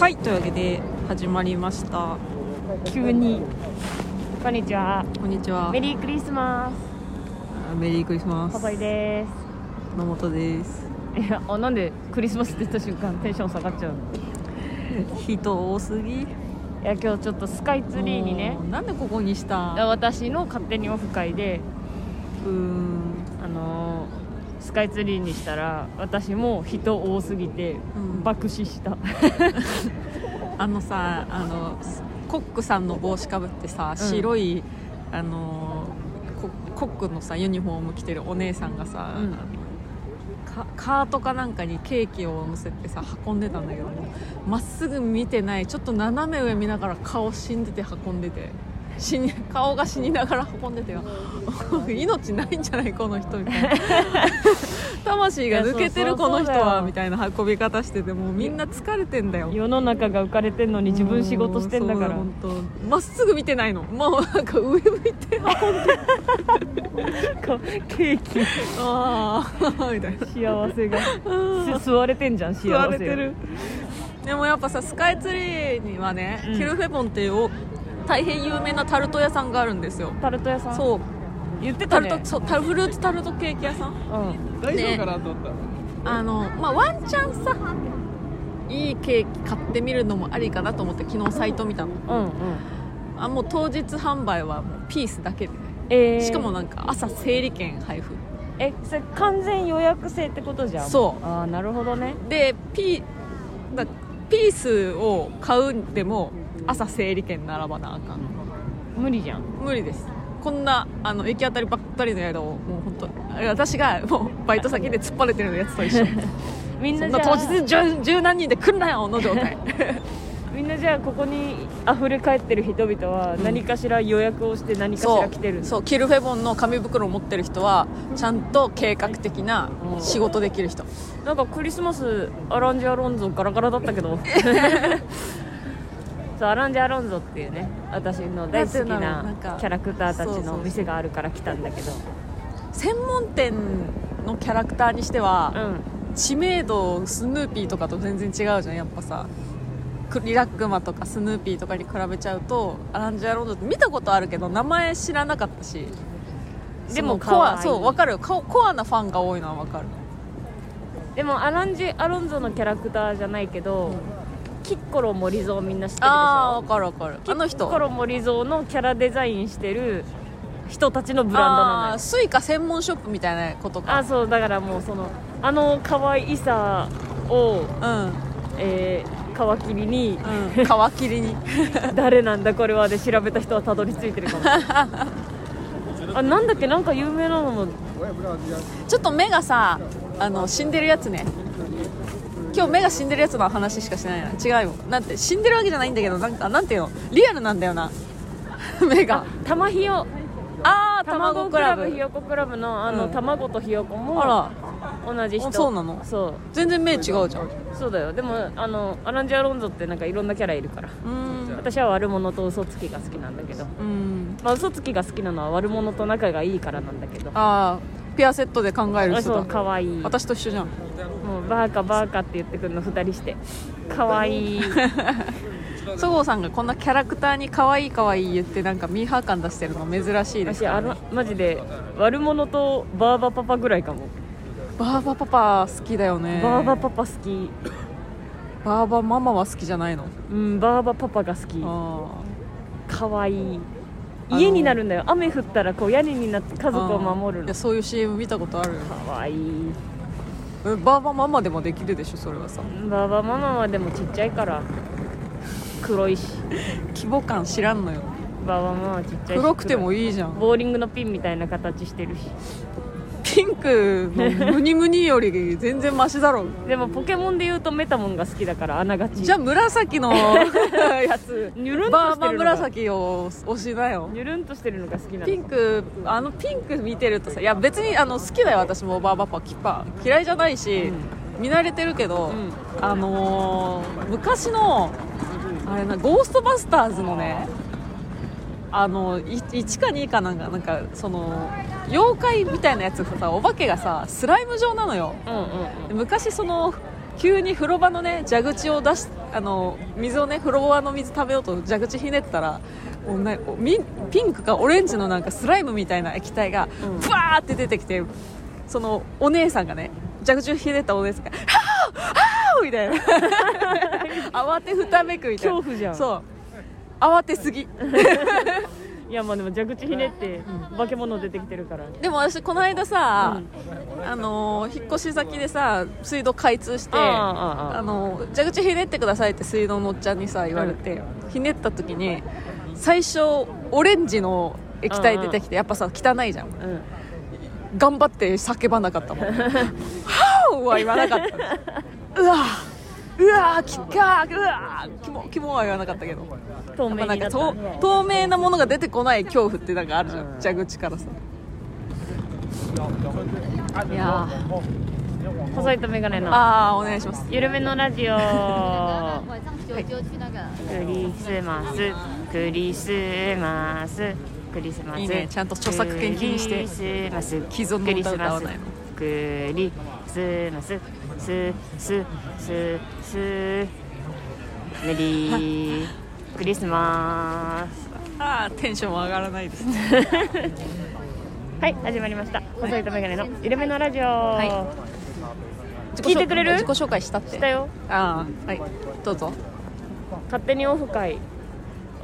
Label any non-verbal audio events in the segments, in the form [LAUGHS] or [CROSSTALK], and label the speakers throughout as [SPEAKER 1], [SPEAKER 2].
[SPEAKER 1] はいというわけで始まりました急に
[SPEAKER 2] こんにちは。
[SPEAKER 1] こんにちは
[SPEAKER 2] メリークリスマ
[SPEAKER 1] あメリークリスマ
[SPEAKER 2] ス。
[SPEAKER 1] ス
[SPEAKER 2] パパイです。
[SPEAKER 1] 野本です
[SPEAKER 2] いや、あ、なんでクリスマスって言った瞬間テンション下がっちゃうの。
[SPEAKER 1] 人多すぎ
[SPEAKER 2] いや、今日ちょっとスカイツリーにね
[SPEAKER 1] も。うなんでここにしたう
[SPEAKER 2] 私の勝手にオフ会で、
[SPEAKER 1] ーん
[SPEAKER 2] あのースカイツリーにしたら私も人多すぎて
[SPEAKER 1] うん
[SPEAKER 2] 爆死した、
[SPEAKER 1] あのさあのコックさんの帽子かぶってさ
[SPEAKER 2] うん
[SPEAKER 1] 白い、あのココックのさユニフォーム着てるお姉さんがさ、
[SPEAKER 2] うん
[SPEAKER 1] あのかカートかなんかにケーキを乗せてさ運んでたんだけどもまっすぐ見てないちょっと斜め上見ながら顔死んでて運んでて死に顔が死にながら運んでてよ [LAUGHS] 命ないんじゃないこの人み
[SPEAKER 2] [LAUGHS]
[SPEAKER 1] たいな魂が抜けてるこの人
[SPEAKER 2] いやそうそうそうだ
[SPEAKER 1] は
[SPEAKER 2] よ
[SPEAKER 1] みたいな運び方しててもうみんな疲れてんだよ
[SPEAKER 2] 世の中が浮かれてんのに自分仕事してんだから
[SPEAKER 1] うそう本当まっすぐ見てないのもうなんか上向いて
[SPEAKER 2] こうケーキ
[SPEAKER 1] ああみたいな
[SPEAKER 2] 幸せがす吸われてんじゃん幸せ
[SPEAKER 1] 吸
[SPEAKER 2] が
[SPEAKER 1] われてるでもやっぱさスカイツリーにはね、
[SPEAKER 2] うん
[SPEAKER 1] キルフェボンっていう大変有名なタルト屋さんがあるんですよ
[SPEAKER 2] タルト屋さんう
[SPEAKER 1] そう
[SPEAKER 2] 言って
[SPEAKER 1] タ
[SPEAKER 2] た
[SPEAKER 1] ル
[SPEAKER 2] ね
[SPEAKER 1] ト、そうタルフルーツタルトケーキ屋さん
[SPEAKER 2] うん、
[SPEAKER 1] 大丈夫かな
[SPEAKER 3] と思った、
[SPEAKER 1] あのまあワンチャンさいいケーキ買ってみるのもありかなと思って昨日サイト見たの
[SPEAKER 2] うんうん
[SPEAKER 1] あもう当日販売はもうピースだけで、
[SPEAKER 2] えー
[SPEAKER 1] しかもなんか朝整理券配布
[SPEAKER 2] えそれ完全予約制ってことじゃん
[SPEAKER 1] そう
[SPEAKER 2] ああなるほどね
[SPEAKER 1] でピだピースを買うんでも朝整理券並ばなあかん
[SPEAKER 2] 無理じゃん
[SPEAKER 1] 無理ですこんなあの行き当たりばったりの宿をもう本当あれ私がもうバイト先で突っ張れてるやつと一緒
[SPEAKER 2] [LAUGHS] みん
[SPEAKER 1] そ
[SPEAKER 2] なんじ
[SPEAKER 1] な
[SPEAKER 2] ゃ
[SPEAKER 1] 当
[SPEAKER 2] あ
[SPEAKER 1] 日十十何人で来んなよの状
[SPEAKER 2] [LAUGHS]
[SPEAKER 1] 態
[SPEAKER 2] みんなじゃあここに溢れ返ってる人々は
[SPEAKER 1] ん
[SPEAKER 2] 何かしら予約をして何かしら来てるんだ
[SPEAKER 1] そうキルフェボンの紙袋を持ってる人はちゃんと計画的な仕事できる人
[SPEAKER 2] なんかクリスマスアランジ・アロンゾガラガラだったけ
[SPEAKER 1] [LAUGHS]
[SPEAKER 2] どそうアランジ・アロンゾっていうね私の大好き
[SPEAKER 1] なんていう
[SPEAKER 2] なん
[SPEAKER 1] だろうなんか
[SPEAKER 2] キャラクターたち
[SPEAKER 1] そうそう
[SPEAKER 2] の
[SPEAKER 1] そう
[SPEAKER 2] お店があるから来たんだけど
[SPEAKER 1] 専門店のキャラクターにしては、
[SPEAKER 2] うん
[SPEAKER 1] 知名度スヌーピーとかと全然違うじゃんやっぱさクリラックマとかスヌーピーとかに比べちゃうとアランジャロンドって見たことあるけど名前知らなかったし
[SPEAKER 2] でも
[SPEAKER 1] そのコ
[SPEAKER 2] 可
[SPEAKER 1] ア
[SPEAKER 2] 愛い
[SPEAKER 1] そうわかるよココアなファンが多いのはわかる
[SPEAKER 2] でもアランジ・アロンゾのキャラクターじゃないけど、キッコロ森蔵みんな知ってるでしょ
[SPEAKER 1] ああわかるわかるあの人
[SPEAKER 2] キッコロ森蔵のキャラデザインしてる人たちのブランドなの
[SPEAKER 1] あ
[SPEAKER 2] よ
[SPEAKER 1] ースイカ専門ショップみたいなこと
[SPEAKER 2] あ
[SPEAKER 1] か
[SPEAKER 2] あそうだからもうそのあの可愛さ
[SPEAKER 1] う
[SPEAKER 2] を、
[SPEAKER 1] ん
[SPEAKER 2] えー、皮切りに
[SPEAKER 1] うん皮切りに
[SPEAKER 2] 誰なんだこれはで調べた人はたどり着い
[SPEAKER 1] [LAUGHS]
[SPEAKER 2] てるかもあなんだっけなんか有名なのも
[SPEAKER 1] ちょっと目がさあの死んでるやつね今日目が死んでるやつの話しかしてないな違うよなんて死んでるわけじゃないんだけどなんかなんていうのリアルなんだよな [LAUGHS] 目が
[SPEAKER 2] 玉ひよ
[SPEAKER 1] ああ
[SPEAKER 2] 卵
[SPEAKER 1] 卵
[SPEAKER 2] ク
[SPEAKER 1] ク
[SPEAKER 2] ラ
[SPEAKER 1] ラ
[SPEAKER 2] ブ
[SPEAKER 1] ブ
[SPEAKER 2] ひよこクラブのあの、
[SPEAKER 1] うん
[SPEAKER 2] 卵とひよこも
[SPEAKER 1] あ
[SPEAKER 2] 同じ人
[SPEAKER 1] あそうなの
[SPEAKER 2] そう
[SPEAKER 1] ら全然目違うじゃんう
[SPEAKER 2] そうだよでもあのアランジ・アロンゾってなんかいろんなキャラいるから
[SPEAKER 1] ーん
[SPEAKER 2] 私は悪者と嘘つきが好きなんだけど、
[SPEAKER 1] うん
[SPEAKER 2] まあ、嘘つきが好きなのは悪者と仲がいいからなんだけど
[SPEAKER 1] ああピアセットで考える
[SPEAKER 2] あ
[SPEAKER 1] 人
[SPEAKER 2] そう
[SPEAKER 1] だ
[SPEAKER 2] かわいい
[SPEAKER 1] 私と一緒じゃん
[SPEAKER 2] もうバーカバーカって言ってくるの2人してかわいい
[SPEAKER 1] そごうさんがこんなキャラクターに可愛い可愛い言ってなんかミーハー感出してるの珍しいです
[SPEAKER 2] 私あのマジで悪者とバーバパパぐらいかも、
[SPEAKER 1] バーバパパ好きだよね
[SPEAKER 2] バーバパパ好き
[SPEAKER 1] バーバママは好きじゃないの
[SPEAKER 2] うんバーバパパが好き
[SPEAKER 1] あ
[SPEAKER 2] かわいい
[SPEAKER 1] あの
[SPEAKER 2] 家になるんだよ雨降ったらこう屋根になって家
[SPEAKER 1] あ
[SPEAKER 2] 族を守る
[SPEAKER 1] いや
[SPEAKER 2] の
[SPEAKER 1] そういう CM 見たことあるよ
[SPEAKER 2] かわいい
[SPEAKER 1] えバーバママでもできるでしょそれはさ
[SPEAKER 2] バーバママはでもちっちゃいから黒いし
[SPEAKER 1] 規模感知らんのよ
[SPEAKER 2] バーバママはちっちゃいし
[SPEAKER 1] 黒くてもいいじゃん
[SPEAKER 2] ボーリングのピンみたいな形してるし
[SPEAKER 1] ピンクのムニムニより全然マシだろ
[SPEAKER 2] でもポケモンで言うとメタモンが好きだからあながち
[SPEAKER 1] じゃあ紫
[SPEAKER 2] [LAUGHS]
[SPEAKER 1] のやつ
[SPEAKER 2] ニュルンと
[SPEAKER 1] バー
[SPEAKER 2] して
[SPEAKER 1] バ
[SPEAKER 2] るのが
[SPEAKER 1] 紫を押しなよ
[SPEAKER 2] ニュルンとしてるのが好きな
[SPEAKER 1] ピン
[SPEAKER 2] の
[SPEAKER 1] クあのピンク見てるとさいや別にあの好きだよ私もバーバパキパ嫌いじゃないし、見慣れてるけど、
[SPEAKER 2] ん
[SPEAKER 1] あのー昔のあれなゴーストバスターズのねあのい1か2かなんかなんかその妖怪みたいなやつがさお化けがさスライム状なのよ
[SPEAKER 2] うんうんうん
[SPEAKER 1] で昔その急に風呂場のね蛇口を出しあの水をね風呂場の水食べようと蛇口ひねったらもうなおみピンクかオレンジのなんかスライムみたいな液体が
[SPEAKER 2] うん
[SPEAKER 1] ブワーって出てきて、そのお姉さんがね蛇口をひねったお姉さんが「はあはあ!」みた
[SPEAKER 2] [LAUGHS]
[SPEAKER 1] いな慌てふためくみたいな
[SPEAKER 2] 恐怖じゃん
[SPEAKER 1] そう慌てすぎ
[SPEAKER 2] いやまあでも蛇口ひねって化け物出てきてるから
[SPEAKER 1] でも私この間さ、あのー引っ越し先でさ水道開通して
[SPEAKER 2] あああああ
[SPEAKER 1] あのー蛇口ひねってくださいって水道のおっちゃんにさ言われて、ひねった時に最初オレンジの液体出てきてやっぱさ汚いじゃん
[SPEAKER 2] うん
[SPEAKER 1] 頑張って叫ばなかった
[SPEAKER 2] [LAUGHS]
[SPEAKER 1] もん「はぁ!」は言わなかったうわうわきっかーうわーキモキモは言わなかったけど
[SPEAKER 2] 透
[SPEAKER 1] やっ
[SPEAKER 2] 明
[SPEAKER 1] ぱな
[SPEAKER 2] に
[SPEAKER 1] ん
[SPEAKER 2] な
[SPEAKER 1] か
[SPEAKER 2] った
[SPEAKER 1] と透明なものが出てこない恐怖ってなんかあるじゃん、
[SPEAKER 2] うん
[SPEAKER 1] 蛇口からさいやー
[SPEAKER 2] 細いと眼鏡の
[SPEAKER 1] ああお願いします
[SPEAKER 2] ゆるめのラジオ
[SPEAKER 3] 晚上九就去那个。
[SPEAKER 2] クリスマスクリスマスクリスマス
[SPEAKER 1] いいねちゃんと著作権気にして
[SPEAKER 2] クリスマス
[SPEAKER 1] 既存の歌歌わないの
[SPEAKER 2] クリスマスススススメリークリスマス
[SPEAKER 1] ああテンション上がらないですね
[SPEAKER 2] はい始まりました細いとメガネのゆるめのラジオ、
[SPEAKER 1] は
[SPEAKER 2] [LAUGHS] 聞いてくれる
[SPEAKER 1] 自己紹介したって
[SPEAKER 2] したよ
[SPEAKER 1] ああはいどうぞ
[SPEAKER 2] 勝手にオフ会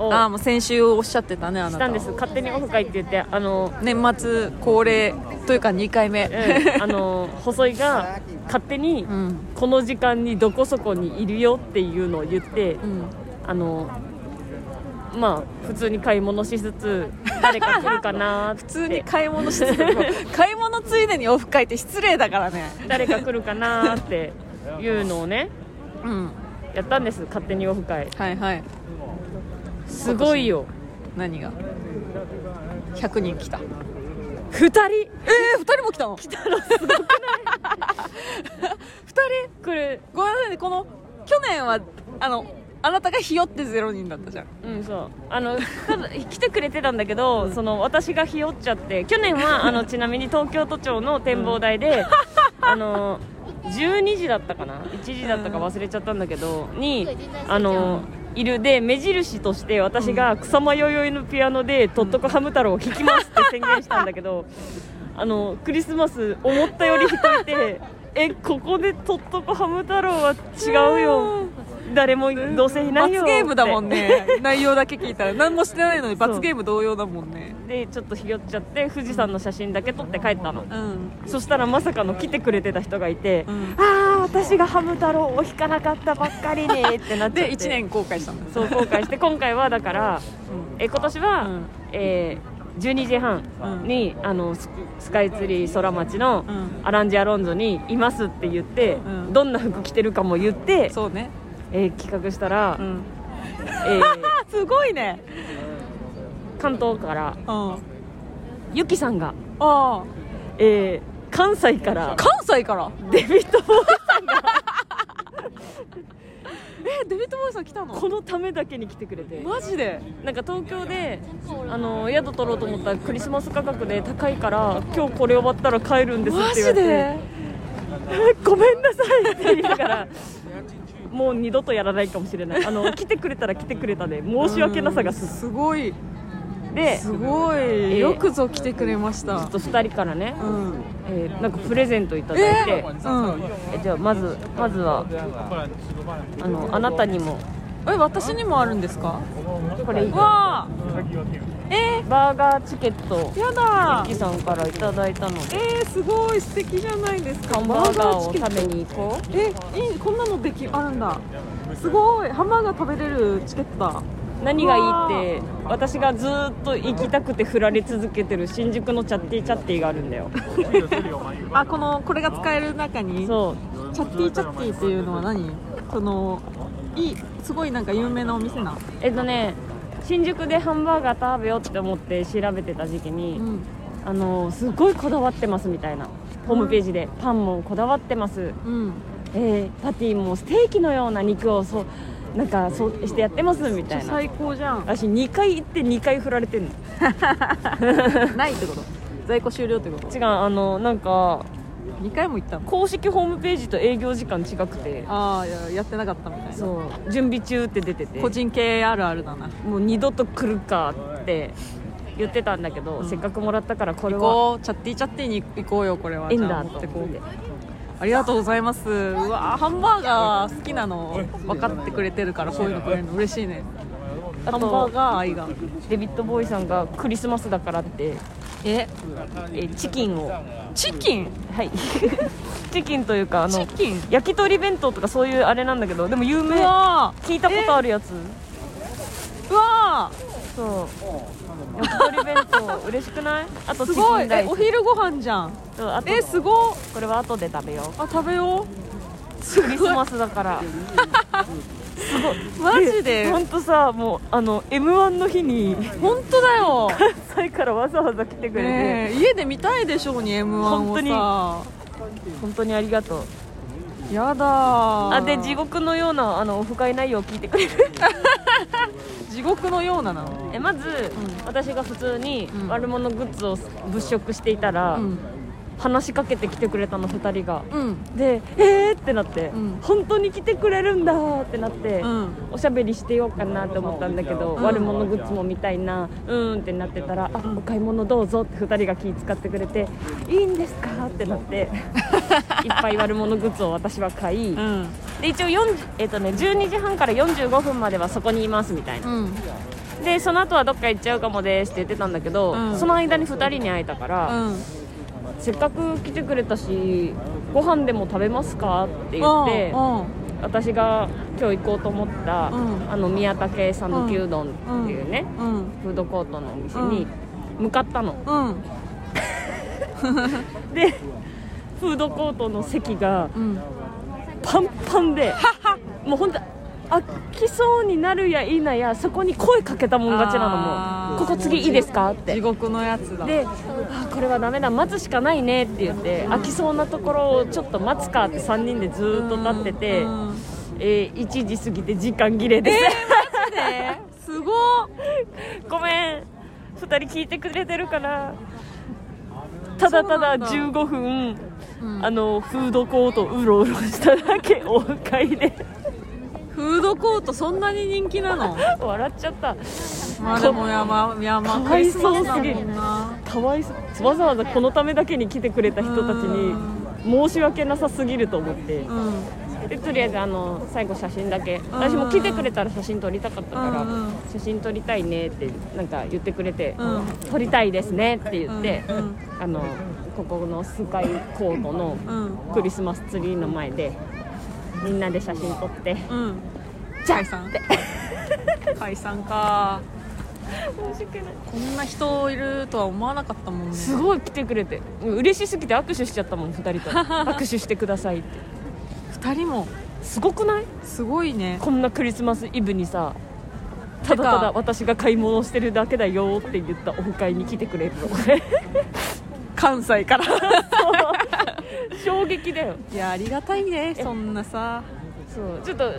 [SPEAKER 2] を
[SPEAKER 1] ああもう先週おっしゃってたねあなた
[SPEAKER 2] したんです勝手にオフ会って言ってあの
[SPEAKER 1] 年末恒例というか2回目、
[SPEAKER 2] う
[SPEAKER 1] [LAUGHS]
[SPEAKER 2] んあの細井が勝手に
[SPEAKER 1] ん
[SPEAKER 2] この時間にどこそこにいるよっていうのを言って
[SPEAKER 1] うん
[SPEAKER 2] あのまあ普通に買い物しつつ誰か来るかな普
[SPEAKER 1] [LAUGHS] 普通に買い物してたけど [LAUGHS] 買い物ついでにオフ会って失礼だからね
[SPEAKER 2] 誰か来るかなっていうのをね
[SPEAKER 1] うん
[SPEAKER 2] やったんです勝手にオフ会
[SPEAKER 1] はいはい
[SPEAKER 2] すごいよ
[SPEAKER 1] 何が100人来た
[SPEAKER 2] 2人
[SPEAKER 1] ええー、2人も来たの来たのすごくない2人
[SPEAKER 2] これ
[SPEAKER 1] ごめんなさいねこの去年はあのあなたがひよって0人だったじゃん
[SPEAKER 2] うんそうあのただ来てくれてたんだけどその私がひよっちゃって去年は
[SPEAKER 1] [LAUGHS]
[SPEAKER 2] あのちなみに東京都庁の展望台で、あの12時だったかな1時だったか忘れちゃったんだけど、にあのいるで目印として私が草間弥生のピアノで「とっとこハム太郎」を弾きますって宣言したんだ
[SPEAKER 1] [LAUGHS]
[SPEAKER 2] けどあのクリスマス思ったより弾いてえここで「とっとこハム太郎」は違うよ誰もどうせいないよ
[SPEAKER 1] 罰ゲームだも
[SPEAKER 2] って
[SPEAKER 1] んね内容だけ聞いたら何もしてないのに罰ゲーム同様だもんね
[SPEAKER 2] でちょっとひよっちゃって富士山の写真だけ撮って帰ったの
[SPEAKER 1] うん
[SPEAKER 2] そしたらまさかの来てくれてた人がいて、
[SPEAKER 1] うん
[SPEAKER 2] ああ私がハム太郎を弾かなかったばっかりねってなっちゃっ
[SPEAKER 1] で
[SPEAKER 2] て
[SPEAKER 1] 1年後悔したんです
[SPEAKER 2] そう後悔して今回はだからえ今年は、
[SPEAKER 1] うん
[SPEAKER 2] えー12時半に、あのススカイツリー空町の
[SPEAKER 1] うん
[SPEAKER 2] アランジ・アロンゾにいますって言って、
[SPEAKER 1] うん
[SPEAKER 2] どんな服着てるかも言って、
[SPEAKER 1] そうね
[SPEAKER 2] えー企画したら、
[SPEAKER 1] うん
[SPEAKER 2] えー
[SPEAKER 1] すごいね
[SPEAKER 2] 関東から
[SPEAKER 1] うんあ
[SPEAKER 2] ゆきさんが、
[SPEAKER 1] あ
[SPEAKER 2] えー関西から
[SPEAKER 1] 関西から
[SPEAKER 2] デビッド・ボーイさんが
[SPEAKER 1] えデビッドボーイさん来たの
[SPEAKER 2] このためだけに来てくれて
[SPEAKER 1] マジで
[SPEAKER 2] なんか東京であの宿取ろうと思ったらクリスマス価格で高いから今日これ終わったら帰るんですっ
[SPEAKER 1] マ
[SPEAKER 2] て
[SPEAKER 1] ジ
[SPEAKER 2] 言わ
[SPEAKER 1] で
[SPEAKER 2] れて「 [LAUGHS] ごめんなさい」って言いながら。もう二度とやらないかもしれないあの来てくれたら来てくれたで申し訳なさが
[SPEAKER 1] うん
[SPEAKER 2] 進
[SPEAKER 1] すごい
[SPEAKER 2] んです
[SPEAKER 1] ご
[SPEAKER 2] え
[SPEAKER 1] いよくぞ来てくれまし
[SPEAKER 2] ちょ
[SPEAKER 1] た
[SPEAKER 2] っと2人からね、
[SPEAKER 1] うん
[SPEAKER 2] えーなんかプレゼントいた
[SPEAKER 1] え
[SPEAKER 2] だいて、え
[SPEAKER 1] ーうん
[SPEAKER 2] じゃあまずまずはあのあなたにも
[SPEAKER 1] え私にもあるんですか
[SPEAKER 2] これ
[SPEAKER 1] わあえ
[SPEAKER 2] バーガーチケット
[SPEAKER 1] ー、やだ
[SPEAKER 2] ゆきさんからいただいたので
[SPEAKER 1] えー、すごい素敵じゃないですか
[SPEAKER 2] ハンバーガー
[SPEAKER 1] バ
[SPEAKER 2] を
[SPEAKER 1] チケッ
[SPEAKER 2] 食
[SPEAKER 1] ト
[SPEAKER 2] べに行こう
[SPEAKER 1] えいいこんなのできあるんだすごいハンバーガー食べれるチケットだ
[SPEAKER 2] 何がいいって私がずーっと行きたくて振られ続けてる新宿のチャッティチャッティがあるんだよ
[SPEAKER 1] あこのこれが使える中にチャ
[SPEAKER 2] そ
[SPEAKER 1] ッティチャッティっていうのは何そのいいすごいなんか有名なお店な
[SPEAKER 2] うえっとね新宿でハンバーガー食べようって思って調べてた時期
[SPEAKER 1] う
[SPEAKER 2] に、
[SPEAKER 1] ん
[SPEAKER 2] あのすごいこだわってますみたいなホームページで、パンもこだわってます、
[SPEAKER 1] うん
[SPEAKER 2] えーパティもステーキのような肉をそうなんかそうしてやってますみたいな
[SPEAKER 1] 最高じゃん
[SPEAKER 2] 私2回行って2回振られてんの
[SPEAKER 1] ないってこと在庫終了ってこと
[SPEAKER 2] 違うあのなんか
[SPEAKER 1] 2回も行ったの
[SPEAKER 2] 公式ホームページと営業時間違くて
[SPEAKER 1] ああややってなかったみたいな
[SPEAKER 2] そう準備中って出てて
[SPEAKER 1] 個人系あるあるだな
[SPEAKER 2] もう二度と来るかって言ってたんだけど、
[SPEAKER 1] うん
[SPEAKER 2] せっかくもらったからこれ
[SPEAKER 1] 行
[SPEAKER 2] は
[SPEAKER 1] こうチャッティチャッティに行こうよこれは
[SPEAKER 2] 縁
[SPEAKER 1] じゃあ
[SPEAKER 2] だ
[SPEAKER 1] 持
[SPEAKER 2] と
[SPEAKER 1] ってこ
[SPEAKER 2] 思っ
[SPEAKER 1] う
[SPEAKER 2] て
[SPEAKER 1] ありがとうございますうわーハンバーガー好きなの分かってくれてるからこういうのくれるの嬉しいね
[SPEAKER 2] あ
[SPEAKER 1] ハンバー
[SPEAKER 2] と
[SPEAKER 1] ガー愛が
[SPEAKER 2] デビッド・ボーイさんがクリスマスだからって
[SPEAKER 1] え
[SPEAKER 2] えチキンをは
[SPEAKER 1] チキン [LAUGHS]
[SPEAKER 2] いチキンというかあ
[SPEAKER 1] チ
[SPEAKER 2] の
[SPEAKER 1] キン
[SPEAKER 2] 焼き鳥弁当とかそういうあれなんだけどでも有
[SPEAKER 1] う
[SPEAKER 2] 名
[SPEAKER 1] わ
[SPEAKER 2] 聞いたことあるやつ
[SPEAKER 1] ーうわ
[SPEAKER 2] そう焼き鳥弁当嬉しくないあと
[SPEAKER 1] ー
[SPEAKER 2] チ
[SPEAKER 1] す
[SPEAKER 2] キ
[SPEAKER 1] ごい
[SPEAKER 2] ンラ
[SPEAKER 1] え
[SPEAKER 2] イ
[SPEAKER 1] お
[SPEAKER 2] ス
[SPEAKER 1] 昼ご飯じゃん
[SPEAKER 2] そうあと
[SPEAKER 1] えすごっ
[SPEAKER 2] これは後で食べよ
[SPEAKER 1] あ食べようす
[SPEAKER 2] うクリス
[SPEAKER 1] ごい
[SPEAKER 2] マスだから
[SPEAKER 1] マジで
[SPEAKER 2] 本当さもうあの m 1の日に
[SPEAKER 1] 本当だよ、
[SPEAKER 2] 関西からわざわざ来てくれて、
[SPEAKER 1] ねえ、家で見たいでしょうに m 1をさ
[SPEAKER 2] 本当にありがとう
[SPEAKER 1] やだー
[SPEAKER 2] あで地獄のようなあのオフ会内容を聞いてくれる
[SPEAKER 1] 地獄のようななの
[SPEAKER 2] えまず、私が普通に
[SPEAKER 1] うん
[SPEAKER 2] 悪者グッズを物色していたら、
[SPEAKER 1] うん
[SPEAKER 2] 話しかけてきてくれたの2人が
[SPEAKER 1] うん
[SPEAKER 2] でえーってなって、
[SPEAKER 1] うん
[SPEAKER 2] 本当に来てくれるんだってなって、
[SPEAKER 1] うん
[SPEAKER 2] おしゃべりしてようかなって思ったんだけど、
[SPEAKER 1] うん
[SPEAKER 2] 悪者グッズも見たいなうーんってなってたら「あお買い物どうぞ」って2人が気使ってくれて「いいんですか?」ってなって
[SPEAKER 1] [LAUGHS]
[SPEAKER 2] いっぱい悪者グッズを私は買い、
[SPEAKER 1] うん
[SPEAKER 2] で一応、40えっとね、12時半から45分まではそこにいますみたいな、
[SPEAKER 1] うん
[SPEAKER 2] でその後はどっか行っちゃうかもですって言ってたんだけど、
[SPEAKER 1] うん
[SPEAKER 2] その間に2人に会えたから、せっかく来てくれたしご飯でも食べますかって言って、
[SPEAKER 1] う
[SPEAKER 2] 私が今日行こうと思った、
[SPEAKER 1] うん
[SPEAKER 2] あの宮武さんの牛丼っていうね、
[SPEAKER 1] んうん
[SPEAKER 2] フードコートのお店に向かったの、
[SPEAKER 1] うんうん
[SPEAKER 2] でフードコートの席が
[SPEAKER 1] うん
[SPEAKER 2] パンパンでもう本当飽きそうになるや否やそこに声かけたもん勝ちなの
[SPEAKER 1] あー
[SPEAKER 2] もうここ次いいですかっ
[SPEAKER 1] 地
[SPEAKER 2] て
[SPEAKER 1] 獄のやつだ
[SPEAKER 2] であこれはダメだ待つしかないねって言って飽きそうなところをちょっと待つかって3人でずーっと立ってて、
[SPEAKER 1] うんうん
[SPEAKER 2] えー1時過ぎて時間切れです、
[SPEAKER 1] えすごっ
[SPEAKER 2] ごめん2人聞いてくれてるからただただ
[SPEAKER 1] そうなん
[SPEAKER 2] 15分
[SPEAKER 1] うん
[SPEAKER 2] あのフードコートうろうろしただけ [LAUGHS] お若いで
[SPEAKER 1] フードコートそんなに人気なの
[SPEAKER 2] 笑っちゃった
[SPEAKER 1] まあでも山山
[SPEAKER 2] かわいそう
[SPEAKER 1] クリスマスだもんな
[SPEAKER 2] かわいそうわざわざこのためだけに来てくれた人たちに申し訳なさすぎると思って
[SPEAKER 1] うんうん
[SPEAKER 2] でとりあえずあの最後写真だけ私も来てくれたら写真撮りたかったから
[SPEAKER 1] うんうん
[SPEAKER 2] 写真撮りたいねってなんか言ってくれて
[SPEAKER 1] うん
[SPEAKER 2] 撮りたいですねって言って
[SPEAKER 1] うんうん
[SPEAKER 2] あのここのスカイコートの
[SPEAKER 1] うん
[SPEAKER 2] クリスマスツリーの前でみんなで写真撮って
[SPEAKER 1] うん解散解散かこんな人いるとは思わなかったもんね
[SPEAKER 2] すごい来てくれて嬉しすぎて握手しちゃったもん2人と [LAUGHS] 握手してくださいって
[SPEAKER 1] 2人も
[SPEAKER 2] すごくない
[SPEAKER 1] すごいね
[SPEAKER 2] こんなクリスマスイブにさただただ私が買い物をしてるだけだよって言ったオフ会に来てくれる [LAUGHS] の
[SPEAKER 1] 関西 [LAUGHS] から
[SPEAKER 2] 衝撃だよ
[SPEAKER 1] いやありがたいねそんなさ
[SPEAKER 2] そうちょっと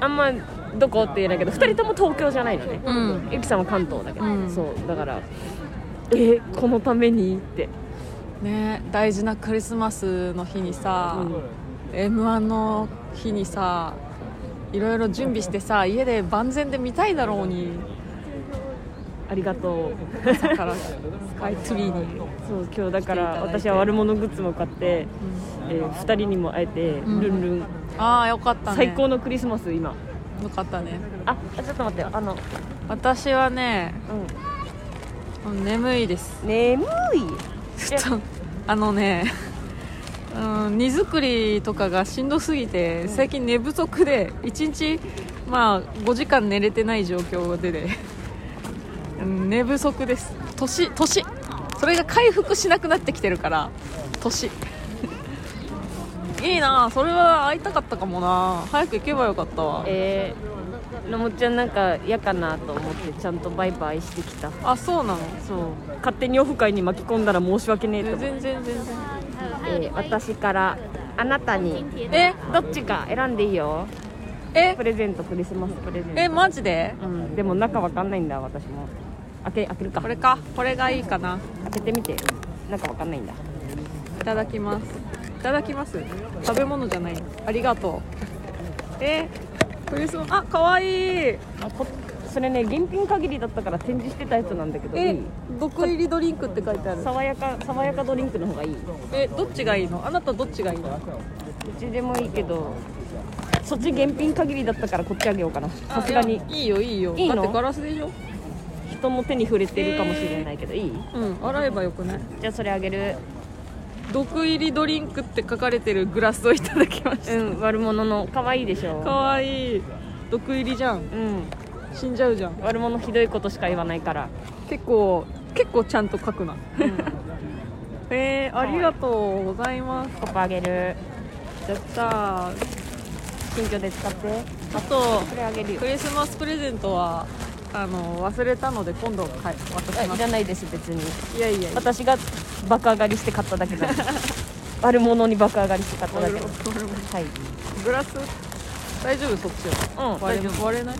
[SPEAKER 2] あんまどこって言えないけど2人とも東京じゃないのね、
[SPEAKER 1] うん
[SPEAKER 2] ゆきさんは関東だけど、
[SPEAKER 1] うん
[SPEAKER 2] そうだからえこのためにって、
[SPEAKER 1] ね大事なクリスマスの日にさ、
[SPEAKER 2] うん
[SPEAKER 1] m 1の日にさいろいろ準備してさ家で万全で見たいだろうに
[SPEAKER 2] ありがとう
[SPEAKER 1] 朝 [LAUGHS] からスカイツリーに、
[SPEAKER 2] そう今日だか
[SPEAKER 1] 来てい
[SPEAKER 2] ら
[SPEAKER 1] ただいて
[SPEAKER 2] 私は悪者グッズも買って、えー、2人にも会えて、
[SPEAKER 1] ん
[SPEAKER 2] ルンルン
[SPEAKER 1] ああよかったね
[SPEAKER 2] 最高のクリスマス今
[SPEAKER 1] よかったね
[SPEAKER 2] ああちょっと待ってよあの、
[SPEAKER 1] 私はね
[SPEAKER 2] う
[SPEAKER 1] 眠いです
[SPEAKER 2] ん、眠い
[SPEAKER 1] ちょっとあのねうん荷造りとかがしんどすぎて最近寝不足で1日まあ5時間寝れてない状況でで、うん、寝不足です年年それが回復しなくなってきてるから年いいなそれは会いたかったかもな早く行けばよかったわ
[SPEAKER 2] えー、のもちゃんなんか嫌かなと思ってちゃんとバイバイしてきた
[SPEAKER 1] あそうなの
[SPEAKER 2] そう勝手にオフ会に巻き込んだら申し訳ねえと
[SPEAKER 1] 全
[SPEAKER 2] 思う
[SPEAKER 1] 然全然
[SPEAKER 3] 还有还有
[SPEAKER 2] えー
[SPEAKER 3] 另外一个
[SPEAKER 2] 私からあなたに
[SPEAKER 1] え
[SPEAKER 2] どっちか選んでいいよ
[SPEAKER 1] え
[SPEAKER 2] プレゼントクリスマスプレゼント
[SPEAKER 1] えマジで
[SPEAKER 2] うん、でも中わかんないんだ私も開け開けるか
[SPEAKER 1] これかこれがいいかな
[SPEAKER 2] 開けてみて中わかんないんだ
[SPEAKER 1] いただきますいただきます食べ物じゃないありがとうえー、クリスマスあ可愛いい
[SPEAKER 2] あこそれね現品限りだったから展示してたやつなんだけどい
[SPEAKER 1] え
[SPEAKER 2] い
[SPEAKER 1] 毒入りドリンクって書いてある
[SPEAKER 2] 爽やか爽やかドリンクの方がいいど
[SPEAKER 1] えどっちがいいのあなたどっちがいいの
[SPEAKER 2] っちでもいいけどそっち現品限りだったからこっちあげようかなさすが
[SPEAKER 1] い
[SPEAKER 2] に
[SPEAKER 1] やいいよいいよ
[SPEAKER 2] いいの
[SPEAKER 1] だってガラスでしょ
[SPEAKER 2] 人も手に触れてるかもしれないけど、いい
[SPEAKER 1] うん洗えばよくない
[SPEAKER 2] じゃあそれあげる
[SPEAKER 1] 毒入りドリンクって書かれてるグラスをいただきまし
[SPEAKER 2] うん悪者の可愛いで
[SPEAKER 1] [LAUGHS]
[SPEAKER 2] しょ
[SPEAKER 1] た可愛いい毒入りじゃん
[SPEAKER 2] うん
[SPEAKER 1] 死んじゃうじゃん
[SPEAKER 2] 悪者ひどいことしか言わないから
[SPEAKER 1] 結構結構ちゃんと書くな、 [LAUGHS] えー、ありがとうございます
[SPEAKER 2] コパあげる
[SPEAKER 1] じゃあさ
[SPEAKER 2] 近所で使って
[SPEAKER 1] あと
[SPEAKER 2] それあげるよ
[SPEAKER 1] クリスマスプレゼントはあの忘れたので今度はい渡しま
[SPEAKER 2] い
[SPEAKER 1] す
[SPEAKER 2] らないです別に
[SPEAKER 1] いやいやいや
[SPEAKER 2] 私が爆上がりして買った
[SPEAKER 1] [LAUGHS]
[SPEAKER 2] だけだ悪者に爆上がりして買っただけだはい
[SPEAKER 1] グラス大丈夫そっちは
[SPEAKER 2] うん
[SPEAKER 1] 割
[SPEAKER 2] 大
[SPEAKER 1] れ
[SPEAKER 2] 丈夫いっ
[SPEAKER 1] 割れない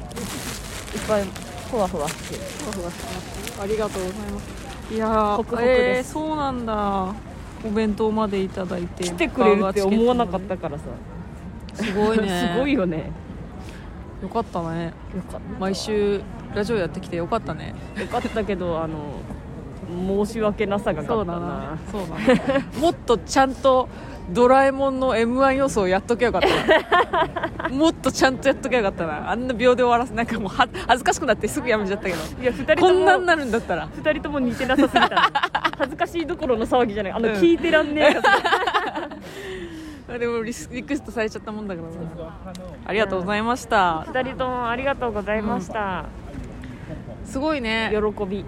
[SPEAKER 2] ぱいふわふわしてる
[SPEAKER 1] ふわふわしてますありがとうございますいやー
[SPEAKER 2] ホクホクです
[SPEAKER 1] えーそうなんだお弁当までいただいて
[SPEAKER 2] 来てくれるって思わなかったからさ
[SPEAKER 1] すごいね
[SPEAKER 2] [LAUGHS] すごいよね
[SPEAKER 1] よかったね
[SPEAKER 2] よかった
[SPEAKER 1] 毎週ラジオやってきてよかったね
[SPEAKER 2] よかったけどあの申し訳なさが
[SPEAKER 1] そう
[SPEAKER 2] 勝った
[SPEAKER 1] だ
[SPEAKER 2] な
[SPEAKER 1] なそうだなもっとちゃんとドラえもんの m 1予想やっとけよか
[SPEAKER 2] [LAUGHS]
[SPEAKER 1] ったなもっとちゃんとやっとけよかったなあんな秒で終わらせなんかもうは恥ずかしくなってすぐやめちゃったけど
[SPEAKER 2] いや2人
[SPEAKER 1] ことんなん
[SPEAKER 2] も
[SPEAKER 1] なるんだったら
[SPEAKER 2] 二人とも似てなさすぎた
[SPEAKER 1] [LAUGHS]
[SPEAKER 2] ね恥ずかしいどころの騒ぎじゃないあの、
[SPEAKER 1] うん
[SPEAKER 2] 聞いてらんねえやつ
[SPEAKER 1] あでもリスリクエストされちゃったもんだからなありがとうございました
[SPEAKER 2] 二人ともありがとうございました、
[SPEAKER 1] すごい [LAUGHS] ね
[SPEAKER 2] 喜び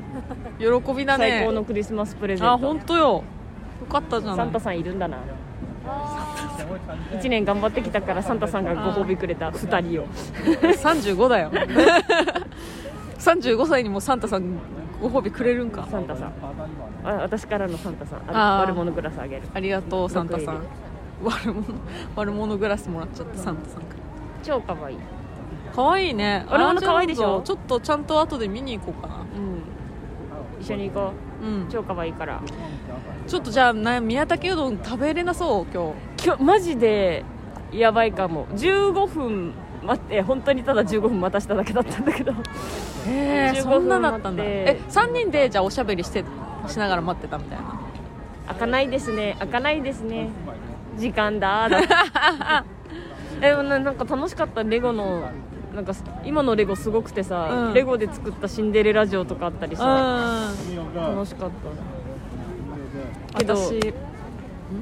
[SPEAKER 1] 喜びだね
[SPEAKER 2] 最高のクリスマスプレゼント
[SPEAKER 1] あ本当よよかったじゃ
[SPEAKER 2] サ
[SPEAKER 1] ない
[SPEAKER 2] ンタさんいるんだな1年頑張ってきたからサンタさんがご褒美くれた2人を
[SPEAKER 1] 35だよ [LAUGHS] 35歳にもサンタさんご褒美くれるんか
[SPEAKER 2] サンタさんあ私からのサンタさん
[SPEAKER 1] あー
[SPEAKER 2] あ悪者グラスあげる
[SPEAKER 1] ありがとうサンタさん
[SPEAKER 2] 毒
[SPEAKER 1] 悪者 [LAUGHS] 悪者グラスもらっちゃったサンタさんか
[SPEAKER 2] 超かわいい、
[SPEAKER 1] らかわいいね
[SPEAKER 2] 悪者可愛いでしょ
[SPEAKER 1] あちょっとちゃんと後で見に行こうかな
[SPEAKER 2] うん、一緒に行こ
[SPEAKER 1] うん
[SPEAKER 2] う
[SPEAKER 1] ちょ
[SPEAKER 2] 超かわいいから
[SPEAKER 1] ちょっとじゃあな宮崎うどん食べれなそう今
[SPEAKER 2] 今日マジでやばいかも15分待って本当にただ15分待たしただけだったんだけど
[SPEAKER 1] 日へ
[SPEAKER 2] 15
[SPEAKER 1] そんなだったんだ
[SPEAKER 2] 分待って
[SPEAKER 1] え三3人でじゃあおしゃべりしてしながら待ってたみたいな
[SPEAKER 2] 開かないですね開かないですね時間だーだってでもななんか楽しかったレゴのなんか今のレゴすごくてさ、
[SPEAKER 1] うん
[SPEAKER 2] レゴで作ったシンデレラ城とかあったりさ、
[SPEAKER 1] うん
[SPEAKER 2] 楽しかったけど
[SPEAKER 1] 私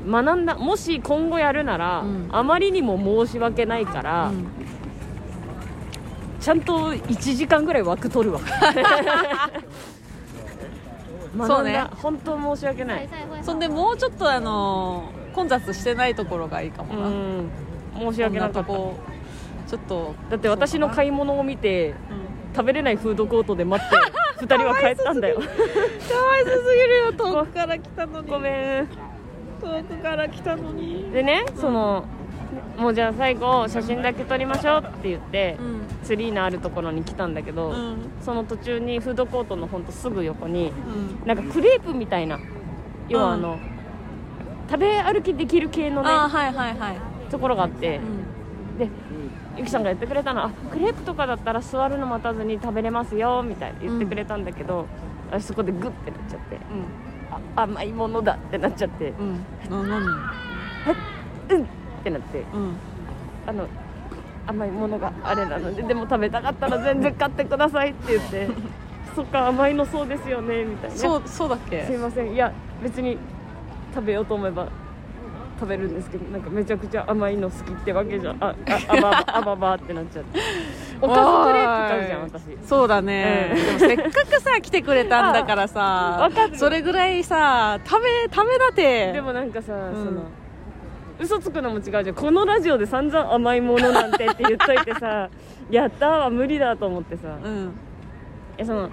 [SPEAKER 2] 学んだもし今後やるなら、
[SPEAKER 1] うん
[SPEAKER 2] あまりにも申し訳ないから、
[SPEAKER 1] うん
[SPEAKER 2] ちゃんと1時間ぐらい枠
[SPEAKER 1] [LAUGHS]
[SPEAKER 2] 取るわ
[SPEAKER 1] そ
[SPEAKER 2] 学
[SPEAKER 1] うんね
[SPEAKER 2] だ本当申し訳ない
[SPEAKER 1] そんでもうちょっとあのー混雑してないところがいいか
[SPEAKER 2] う
[SPEAKER 1] もな、
[SPEAKER 2] ん申し
[SPEAKER 1] こ
[SPEAKER 2] 訳
[SPEAKER 1] ん
[SPEAKER 2] な
[SPEAKER 1] な
[SPEAKER 2] か
[SPEAKER 1] と
[SPEAKER 2] った
[SPEAKER 1] こちょっと
[SPEAKER 2] だって私の買い物を見て食べれないフードコートで待って [LAUGHS] 二人は帰ったんだよ
[SPEAKER 1] かわいそうすぎるよ遠くから来たのに
[SPEAKER 2] ごめん
[SPEAKER 1] 遠くから来たのに
[SPEAKER 2] でねそのもうじゃあ最後写真だけ撮りましょうって言って
[SPEAKER 1] うん
[SPEAKER 2] ツリーのあるところに来たんだけど、
[SPEAKER 1] うん
[SPEAKER 2] その途中にフードコートのほんとすぐ横に
[SPEAKER 1] うん
[SPEAKER 2] なんかクレープみたいな要はあの、食べ歩きできる系の
[SPEAKER 1] あー
[SPEAKER 2] ね
[SPEAKER 1] はいはいはい、
[SPEAKER 2] ところがあって
[SPEAKER 1] うん
[SPEAKER 2] でゆきさんが言ってくれたのはあクレープとかだったら座るの待たずに食べれますよみたいな言ってくれたんだけど、私そこでグッてなっちゃってあ甘いものだってなっちゃって
[SPEAKER 1] うんうんな何
[SPEAKER 2] うんってなって
[SPEAKER 1] うん
[SPEAKER 2] あの甘いものがあれなのででも食べたかったら全然買ってくださいって言ってそっか甘いのそうですよねみたいな
[SPEAKER 1] そうそうだっ
[SPEAKER 2] すい
[SPEAKER 1] け
[SPEAKER 2] ませんいや別に食べようと思えば食べるんですけどなんかめちゃくちゃ甘いの好きってわけじゃあああ
[SPEAKER 1] [LAUGHS]
[SPEAKER 2] ばばあばばってなっちゃっておかずクレープ買うじゃん
[SPEAKER 1] お
[SPEAKER 2] 私
[SPEAKER 1] ーいそうだね、でもせっかくさ来てくれたんだからさ
[SPEAKER 2] わかる
[SPEAKER 1] それぐらいさ食べ食べだて
[SPEAKER 2] でもなんかさ、
[SPEAKER 1] ん
[SPEAKER 2] その嘘つくのも違うじゃんこのラジオで散々甘いものなんてって言っといてさ [LAUGHS] やったーは無理だと思ってさ
[SPEAKER 1] うん
[SPEAKER 2] いやその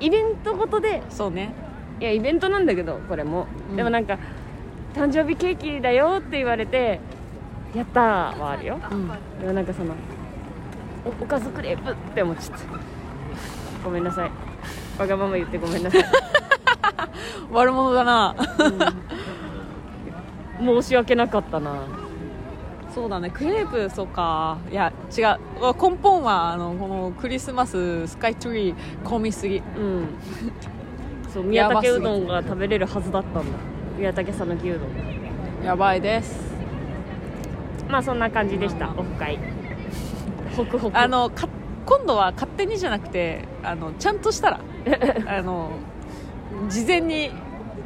[SPEAKER 2] イベントごとで
[SPEAKER 1] そうね
[SPEAKER 2] いやイベントなんだけどこれも、
[SPEAKER 1] うん
[SPEAKER 2] でもなんか誕生日ケーキだよって言われてやったーはあるよ
[SPEAKER 1] うん
[SPEAKER 2] でもなんかそのおおかずクレープって思っちゃったごめんなさい
[SPEAKER 1] [LAUGHS]
[SPEAKER 2] わがまま言ってごめんなさい
[SPEAKER 1] 悪者だな
[SPEAKER 2] 申し訳なかったな
[SPEAKER 1] [LAUGHS] そうだねクレープそうかいや違う根本はあのこのクリスマススカイツリー混みすぎ
[SPEAKER 2] うんそう宮
[SPEAKER 1] やばす
[SPEAKER 2] 武
[SPEAKER 1] ぎ
[SPEAKER 2] うどんが食べれるはずだったんだ宮武さぬきうどん
[SPEAKER 1] やばいです
[SPEAKER 2] まあそんな感じでしたオフ会ホクホク
[SPEAKER 1] あのか今度は勝手にじゃなくてあのちゃんとした
[SPEAKER 2] [LAUGHS]
[SPEAKER 1] らあの事前に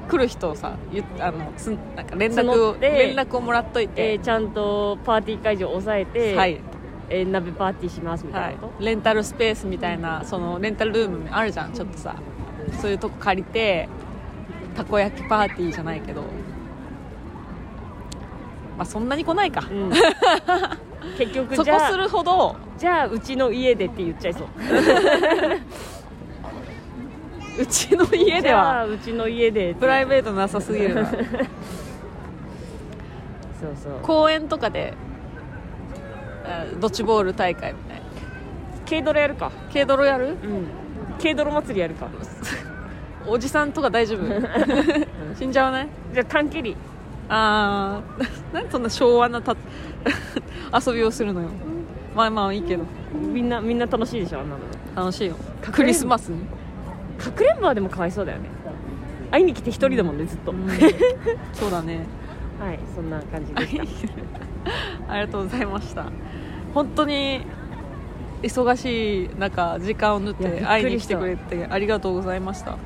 [SPEAKER 1] 来る人をさ言っあのつなんか連絡
[SPEAKER 2] 募っ
[SPEAKER 1] を
[SPEAKER 2] て
[SPEAKER 1] 連絡をもらっとい
[SPEAKER 2] え
[SPEAKER 1] て
[SPEAKER 2] ー、ちゃんとパーティー会場押さえて、
[SPEAKER 1] はい
[SPEAKER 2] えー鍋パーティーしますみた
[SPEAKER 1] はいい
[SPEAKER 2] なこと、、
[SPEAKER 1] レンタルスペースみたいなそのレンタルルームあるじゃんちょっとさそういうとこ借りてたこ焼きパーティーじゃないけど、まあ、そんなに来ないか
[SPEAKER 2] うん
[SPEAKER 1] [LAUGHS]
[SPEAKER 2] 結局
[SPEAKER 1] そ
[SPEAKER 2] じ
[SPEAKER 1] こ
[SPEAKER 2] ゃ
[SPEAKER 1] す
[SPEAKER 2] あ
[SPEAKER 1] るほど
[SPEAKER 2] じゃあうちの家でって言っちゃいそう
[SPEAKER 1] うちの家
[SPEAKER 2] じ
[SPEAKER 1] で
[SPEAKER 2] ゃ
[SPEAKER 1] は
[SPEAKER 2] あうちの家でって
[SPEAKER 1] プライベートなさすぎるな
[SPEAKER 2] そうそう
[SPEAKER 1] 公園とかであドッジボール大会みたいな
[SPEAKER 2] 軽泥やるか
[SPEAKER 1] 軽泥やる
[SPEAKER 2] うん軽泥祭りやるか
[SPEAKER 1] おじさんとか大丈
[SPEAKER 2] [LAUGHS]
[SPEAKER 1] 夫死んじゃわない
[SPEAKER 2] じゃあ短距離
[SPEAKER 1] ああ [LAUGHS] なんでそんな昭和なた [LAUGHS] 遊びをするのよまあまあいいけど
[SPEAKER 2] みんなみんな楽しいでしょあんなの
[SPEAKER 1] 楽しいよ
[SPEAKER 2] れんぼ
[SPEAKER 1] クリスマスに
[SPEAKER 2] かくれんぼはでもかわいそうだよね会いに来て一人だもんねずっと、 [LAUGHS]
[SPEAKER 1] うんそうだね
[SPEAKER 2] はいそんな感じでした
[SPEAKER 1] ありがとうございました本当に忙しい中時間を縫っ
[SPEAKER 2] いやびっくり
[SPEAKER 1] て
[SPEAKER 2] した
[SPEAKER 1] 会いに来てくれてありがとうございました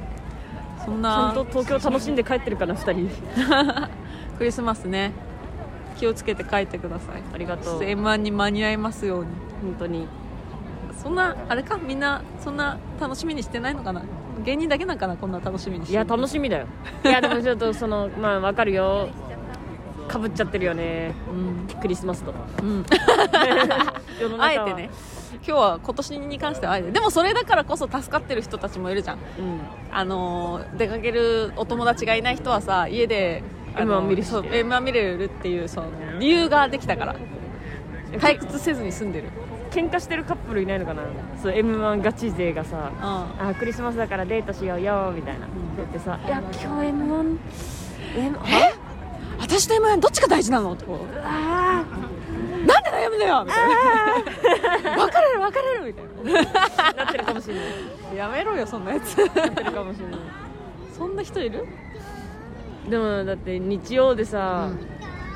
[SPEAKER 1] そん
[SPEAKER 2] ちゃ
[SPEAKER 1] なん
[SPEAKER 2] と東京楽しんで帰ってるかな2人
[SPEAKER 1] クリスマスね気をつけて帰ってください
[SPEAKER 2] ありが [LAUGHS] とう
[SPEAKER 1] m 1に間に合いますように
[SPEAKER 2] 本当に
[SPEAKER 1] そんなあれかみんなそんな楽しみにしてないのかな芸人だけなんかなこんな楽しみにし
[SPEAKER 2] い
[SPEAKER 1] てる
[SPEAKER 2] や楽しみだよいやでもちょっとその [LAUGHS] まあわかるよかぶっちゃってるよね
[SPEAKER 1] うん、
[SPEAKER 2] クリスマスと
[SPEAKER 1] うん、
[SPEAKER 2] [LAUGHS] 世の中は
[SPEAKER 1] あえてね今日は今年に関してはあえてでもそれだからこそ助かってる人たちもいるじゃん
[SPEAKER 2] うん
[SPEAKER 1] あのー出かけるお友達がいない人はさ家であの
[SPEAKER 2] M1 見れる
[SPEAKER 1] そう M1 見れるっていうその理由ができたから退屈せずに済んでる
[SPEAKER 2] 喧嘩してるカップルいないのかなそう m 1ガチ勢がさ
[SPEAKER 1] うん
[SPEAKER 2] あクリスマスだからデートしようよみたいな言ってさ「いや今日 m 1
[SPEAKER 1] え私と M1 どっちが大事なのとこうな
[SPEAKER 2] あ
[SPEAKER 1] んで悩むのよみたいな別れる別れるみたい
[SPEAKER 2] あ!」なってるかもしれない
[SPEAKER 1] なやめろよそんなやつ
[SPEAKER 2] なってるかもしれない
[SPEAKER 1] そんな人いる
[SPEAKER 2] でもだって日曜でさ、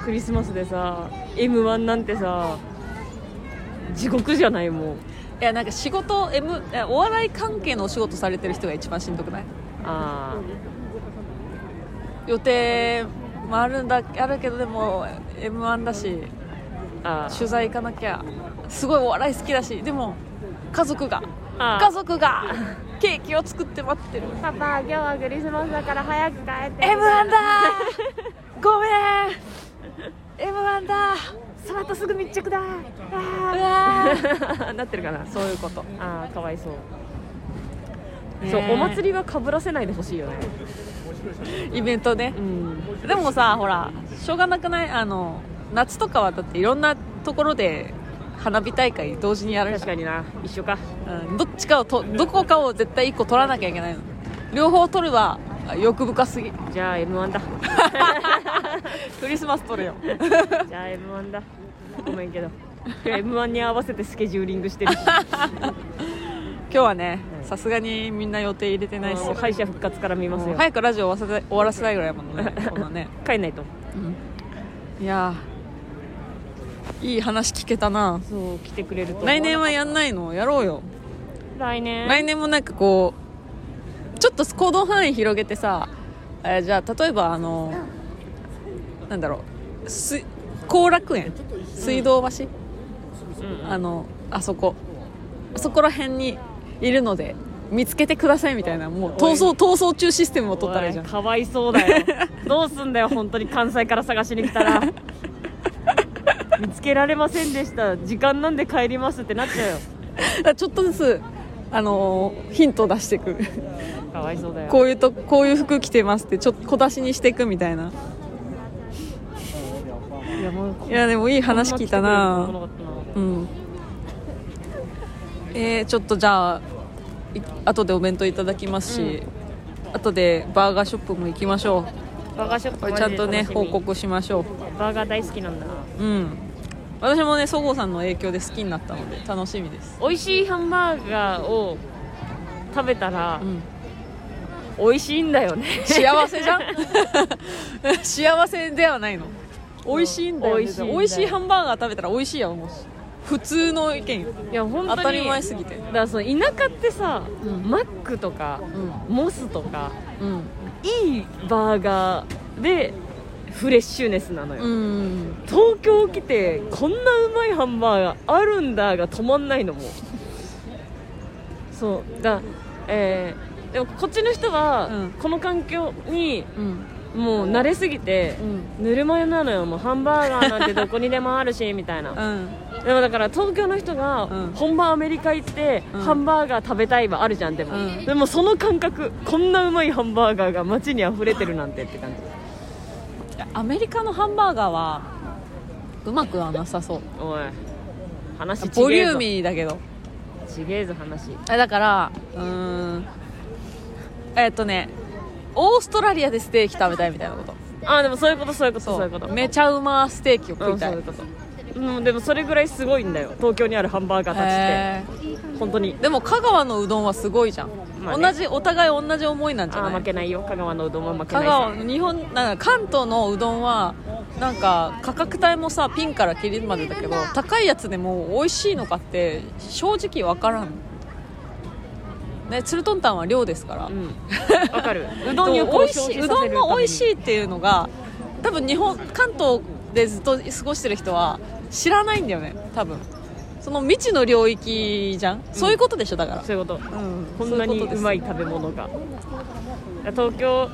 [SPEAKER 2] クリスマスでさ m 1なんてさ地獄じゃないもう
[SPEAKER 1] いやなんか仕事 M いやお笑い関係のお仕事されてる人が一番しんどくない
[SPEAKER 2] あ
[SPEAKER 1] 予定もあるんだあるけどでも m 1だし
[SPEAKER 2] ーあー
[SPEAKER 1] 取材行かなきゃすごいお笑い好きだしでも家族が
[SPEAKER 2] あー
[SPEAKER 1] 家族がケーキを作って待ってる
[SPEAKER 2] パパ今日はクリスマスだから早く帰って
[SPEAKER 1] m 1だごめん m 1だ
[SPEAKER 2] その後すぐ密着だ
[SPEAKER 1] うわー
[SPEAKER 2] [LAUGHS] なってるかな
[SPEAKER 1] そういうこと
[SPEAKER 2] ああかわいそう、
[SPEAKER 1] ね
[SPEAKER 2] そうお祭りはかぶらせないでほしいよね
[SPEAKER 1] イベントね
[SPEAKER 2] うん
[SPEAKER 1] でもさほらしょうがなくないあの夏とかはだっていろんなところで花火大会同時にやる
[SPEAKER 2] 確
[SPEAKER 1] じ
[SPEAKER 2] かにな一緒か
[SPEAKER 1] ゃん、うん、どっちかをとどこかを絶対1個取らなきゃいけないの両方取るはあ欲深すぎ
[SPEAKER 2] じゃあ m 1だ
[SPEAKER 1] [LAUGHS] クリスマス取れよ
[SPEAKER 2] [LAUGHS] じゃあ m 1だごめんけど m 1に合わせてスケジューリングしてるし
[SPEAKER 1] 今日はねさすがにみんな予定入れてないし
[SPEAKER 2] もう敗者復活から見ますよ、
[SPEAKER 1] 早くラジオ終わらせた終わらせたいぐらいだもんねこんなね、
[SPEAKER 2] 帰んないと
[SPEAKER 1] いやーいい話聞けたな
[SPEAKER 2] そう来てくれると
[SPEAKER 1] 来年はやんないのやろうよ
[SPEAKER 2] 来年
[SPEAKER 1] 来年もなんかこうちょっと行動範囲広げてさえーじゃあ例えばあのなんだろう水後楽園水道橋、
[SPEAKER 2] うん
[SPEAKER 1] あのあそこあそこら辺にいるので見つけてくださいみたいなもう逃走
[SPEAKER 2] おい
[SPEAKER 1] 逃走中システムを取ったらいいじゃ
[SPEAKER 2] お
[SPEAKER 1] ん
[SPEAKER 2] かわいそう
[SPEAKER 1] [LAUGHS]
[SPEAKER 2] だよどうすんだよ本当に関西から探しに来たら見つけられませんでした時間なんで帰りますってなっちゃうよ
[SPEAKER 1] だからちょっとずつあのーヒントを出していく
[SPEAKER 2] かわいそうだよ
[SPEAKER 1] こういうとこういう服着てますってちょっと小出しにしていくみたいない
[SPEAKER 2] やもう
[SPEAKER 1] いやでもいい話聞いたな
[SPEAKER 2] こんな来てくれると思わなかっ
[SPEAKER 1] うんえー、ちょっとじゃあい後でお弁当いただきますし、後でバーガーショップも行きましょう
[SPEAKER 2] バーガーショップ
[SPEAKER 1] これ
[SPEAKER 2] マジ
[SPEAKER 1] ち
[SPEAKER 2] で
[SPEAKER 1] ゃんとね
[SPEAKER 2] 楽しみ
[SPEAKER 1] 報告しましょ
[SPEAKER 2] バーガー大好きなんだな
[SPEAKER 1] ううん私もねそごうさんの影響で好きになったので楽しみです
[SPEAKER 2] 美味しいハンバーガーを食べたら
[SPEAKER 1] う、
[SPEAKER 2] [LAUGHS]
[SPEAKER 1] ん
[SPEAKER 2] 美味しいんだよ
[SPEAKER 1] [LAUGHS]
[SPEAKER 2] ね
[SPEAKER 1] 幸せじゃん幸せではないの美味しいんだよ,、ね、
[SPEAKER 2] 美味しいんだよ
[SPEAKER 1] 美味しいハンバーガー食べたら美味しいやろもう普通の意見よ
[SPEAKER 2] いや本当
[SPEAKER 1] 当
[SPEAKER 2] に
[SPEAKER 1] たり前すぎて
[SPEAKER 2] だからその田舎ってさ、
[SPEAKER 1] うん
[SPEAKER 2] マックとか
[SPEAKER 1] うん
[SPEAKER 2] モスとか
[SPEAKER 1] うん
[SPEAKER 2] いいバーガーでフレッシュネスなのよ、
[SPEAKER 1] うん
[SPEAKER 2] 東京来てこんなうまいハンバーガーあるんだが止まんないのもうそうだえーでもこっちの人は、
[SPEAKER 1] うん
[SPEAKER 2] この環境に
[SPEAKER 1] うん
[SPEAKER 2] もう慣れすぎて、
[SPEAKER 1] うん
[SPEAKER 2] ぬるま湯なのよもうハンバーガーなんてどこにでもあるしみたいな
[SPEAKER 1] うん
[SPEAKER 2] でもだから東京の人が
[SPEAKER 1] うん
[SPEAKER 2] 本場アメリカ行って
[SPEAKER 1] うん
[SPEAKER 2] ハンバーガー食べたいはあるじゃんでも、
[SPEAKER 1] うん
[SPEAKER 2] でもその感覚こんなうまいハンバーガーが街に溢れてるなんてって感じ
[SPEAKER 1] アメリカのハンバーガーはうまくはなさそう
[SPEAKER 2] おい話ちげえぞ
[SPEAKER 1] ボリューミーだけど
[SPEAKER 2] ちげえぞ話
[SPEAKER 1] えだからうーんえっとねオーストラリアでステーキ食べたいみたいなこと
[SPEAKER 2] あでもそういうことそういうことそういうこと
[SPEAKER 1] めちゃうまステーキを食
[SPEAKER 2] うん
[SPEAKER 1] い
[SPEAKER 2] そ
[SPEAKER 1] た
[SPEAKER 2] う
[SPEAKER 1] い、
[SPEAKER 2] いうことうんでもそれぐらいすごいんだよ東京にあるハンバーガーたち
[SPEAKER 1] へー
[SPEAKER 2] って本当に
[SPEAKER 1] でも香川のうどんはすごいじゃん、
[SPEAKER 2] まあね
[SPEAKER 1] 同じお互い同じ思いなんじゃな
[SPEAKER 2] あ
[SPEAKER 1] い
[SPEAKER 2] ー負けないよ香川のうどんは負け
[SPEAKER 1] 香
[SPEAKER 2] ない
[SPEAKER 1] 川
[SPEAKER 2] さ
[SPEAKER 1] 日本なんか関東のうどんはなんか価格帯もさピンからキリまでだけど高いやつでも美味しいのかって正直わからんねツルトンタンは量ですから、
[SPEAKER 2] うんわ
[SPEAKER 1] [LAUGHS]
[SPEAKER 2] かるうどん欲
[SPEAKER 1] 美
[SPEAKER 2] を
[SPEAKER 1] 味
[SPEAKER 2] 消
[SPEAKER 1] しい
[SPEAKER 2] 費
[SPEAKER 1] うどん
[SPEAKER 2] させるために
[SPEAKER 1] も美味しいっていうのが多分日本関東でずっと過ごしてる人は知らないんだよね多分その未知の領域じゃん、そういうことでしょだから
[SPEAKER 2] そういうこと
[SPEAKER 1] うん
[SPEAKER 2] こんなにうまい食べ物が東京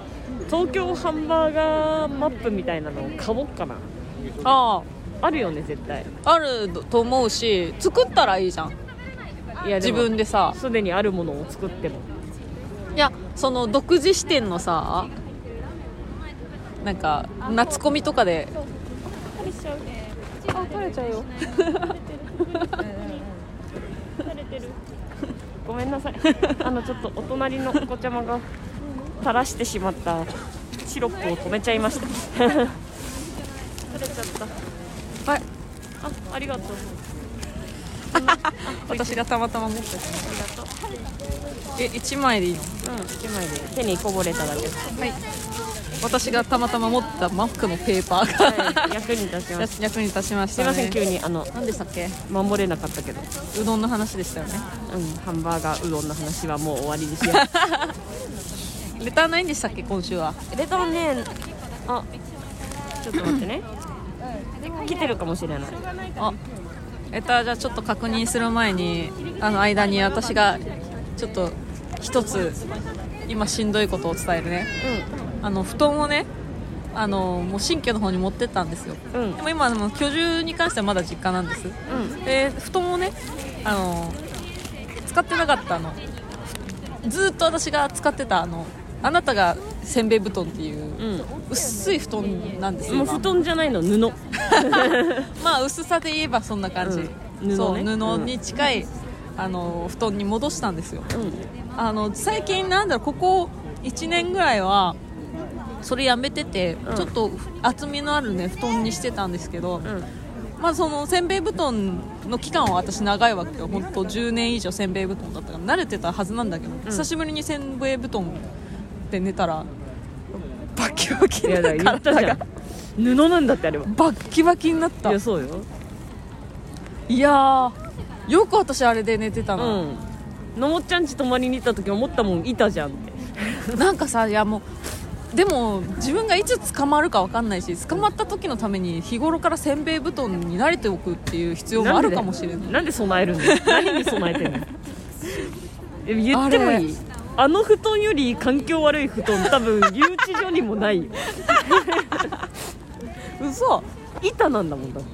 [SPEAKER 2] 東京ハンバーガーマップみたいなのを買おうかな
[SPEAKER 1] あ
[SPEAKER 2] あるよね絶対
[SPEAKER 1] ああると思うし作ったらいいじゃん
[SPEAKER 2] いや
[SPEAKER 1] 自分
[SPEAKER 2] です
[SPEAKER 1] でさ
[SPEAKER 2] すでにあるものを作っても
[SPEAKER 1] いやその独自視点のさなんか夏コミとかで
[SPEAKER 2] ごめんなさい [LAUGHS] あのちょっとお隣のお子ちゃまが垂らしてしまったシロップを止めちゃいました [LAUGHS] 垂れちゃった
[SPEAKER 1] はい
[SPEAKER 2] あありがとう
[SPEAKER 1] 私がたまたま持ってた
[SPEAKER 2] ありがと
[SPEAKER 1] え1枚でいいの
[SPEAKER 2] ううん一枚で手にこぼれただけです、
[SPEAKER 1] はい私がたまたま持ったマックのペーパー [LAUGHS] が
[SPEAKER 2] はい、役に立ちま
[SPEAKER 1] や
[SPEAKER 2] す
[SPEAKER 1] 役に立ちまし
[SPEAKER 2] [LAUGHS] すい
[SPEAKER 1] た
[SPEAKER 2] ま
[SPEAKER 1] ね
[SPEAKER 2] せん急にあの
[SPEAKER 1] 何でしたっけ
[SPEAKER 2] 守れなかったけど
[SPEAKER 1] うどんの話でしたよね
[SPEAKER 2] うん、ハンバーガーうどんの話はもう終わりにしよう
[SPEAKER 1] レターないんでしたっけ今週は
[SPEAKER 2] [LAUGHS] レターねあちょっと待ってね来てるかもしれない
[SPEAKER 1] あレターじゃあちょっと確認する前にあの間に私がちょっと一つ今しんどいことを伝えるねあの布団をねあのもう新居の方に持ってったんですよ
[SPEAKER 2] うんうん
[SPEAKER 1] でも今あの居住に関してはまだ実家なんです
[SPEAKER 2] うん
[SPEAKER 1] で布団をねあの使ってなかったあのずーっと私が使ってたあのあなたがせんべい布団っていう
[SPEAKER 2] う
[SPEAKER 1] 薄い布団なんです
[SPEAKER 2] んも
[SPEAKER 1] よ
[SPEAKER 2] う布団じゃないの布
[SPEAKER 1] まあ薄さで言えばそんな感じ、
[SPEAKER 2] うん布ね
[SPEAKER 1] そう布に近い、あの布団に戻したんですよ
[SPEAKER 2] うん
[SPEAKER 1] あの最近なんだろうここ1年ぐらいはそれやめてて、
[SPEAKER 2] うん
[SPEAKER 1] ちょっと厚みのあるね布団にしてたんですけど、
[SPEAKER 2] うん
[SPEAKER 1] まあそのせんべい布団の期間は私長いわけよ本当10年以上せんべい布団だったから慣れてたはずなんだけど、久しぶりにせんべい布団で寝たらバキバキ
[SPEAKER 2] いや
[SPEAKER 1] にな
[SPEAKER 2] だ
[SPEAKER 1] っ
[SPEAKER 2] 言ったじゃん布なんだってあれは
[SPEAKER 1] バッキバキになったい
[SPEAKER 2] いや
[SPEAKER 1] や
[SPEAKER 2] そうよ
[SPEAKER 1] ーよく私あれで寝てた
[SPEAKER 2] う
[SPEAKER 1] な、
[SPEAKER 2] んのもっちゃんち泊まりに行った時思ったもんいたじゃんって
[SPEAKER 1] なんかさいやもうでも自分がいつ捕まるか分かんないし捕まった時のために日頃からせんべい布団に慣れておくっていう必要もあるかもしれない
[SPEAKER 2] なんで備えるんだよ何に備えてん
[SPEAKER 1] [LAUGHS]
[SPEAKER 2] のでも言ってもいいあの布団より環境悪い布団多分留置所にもないよ
[SPEAKER 1] [LAUGHS] 嘘
[SPEAKER 2] 板なんだもんだって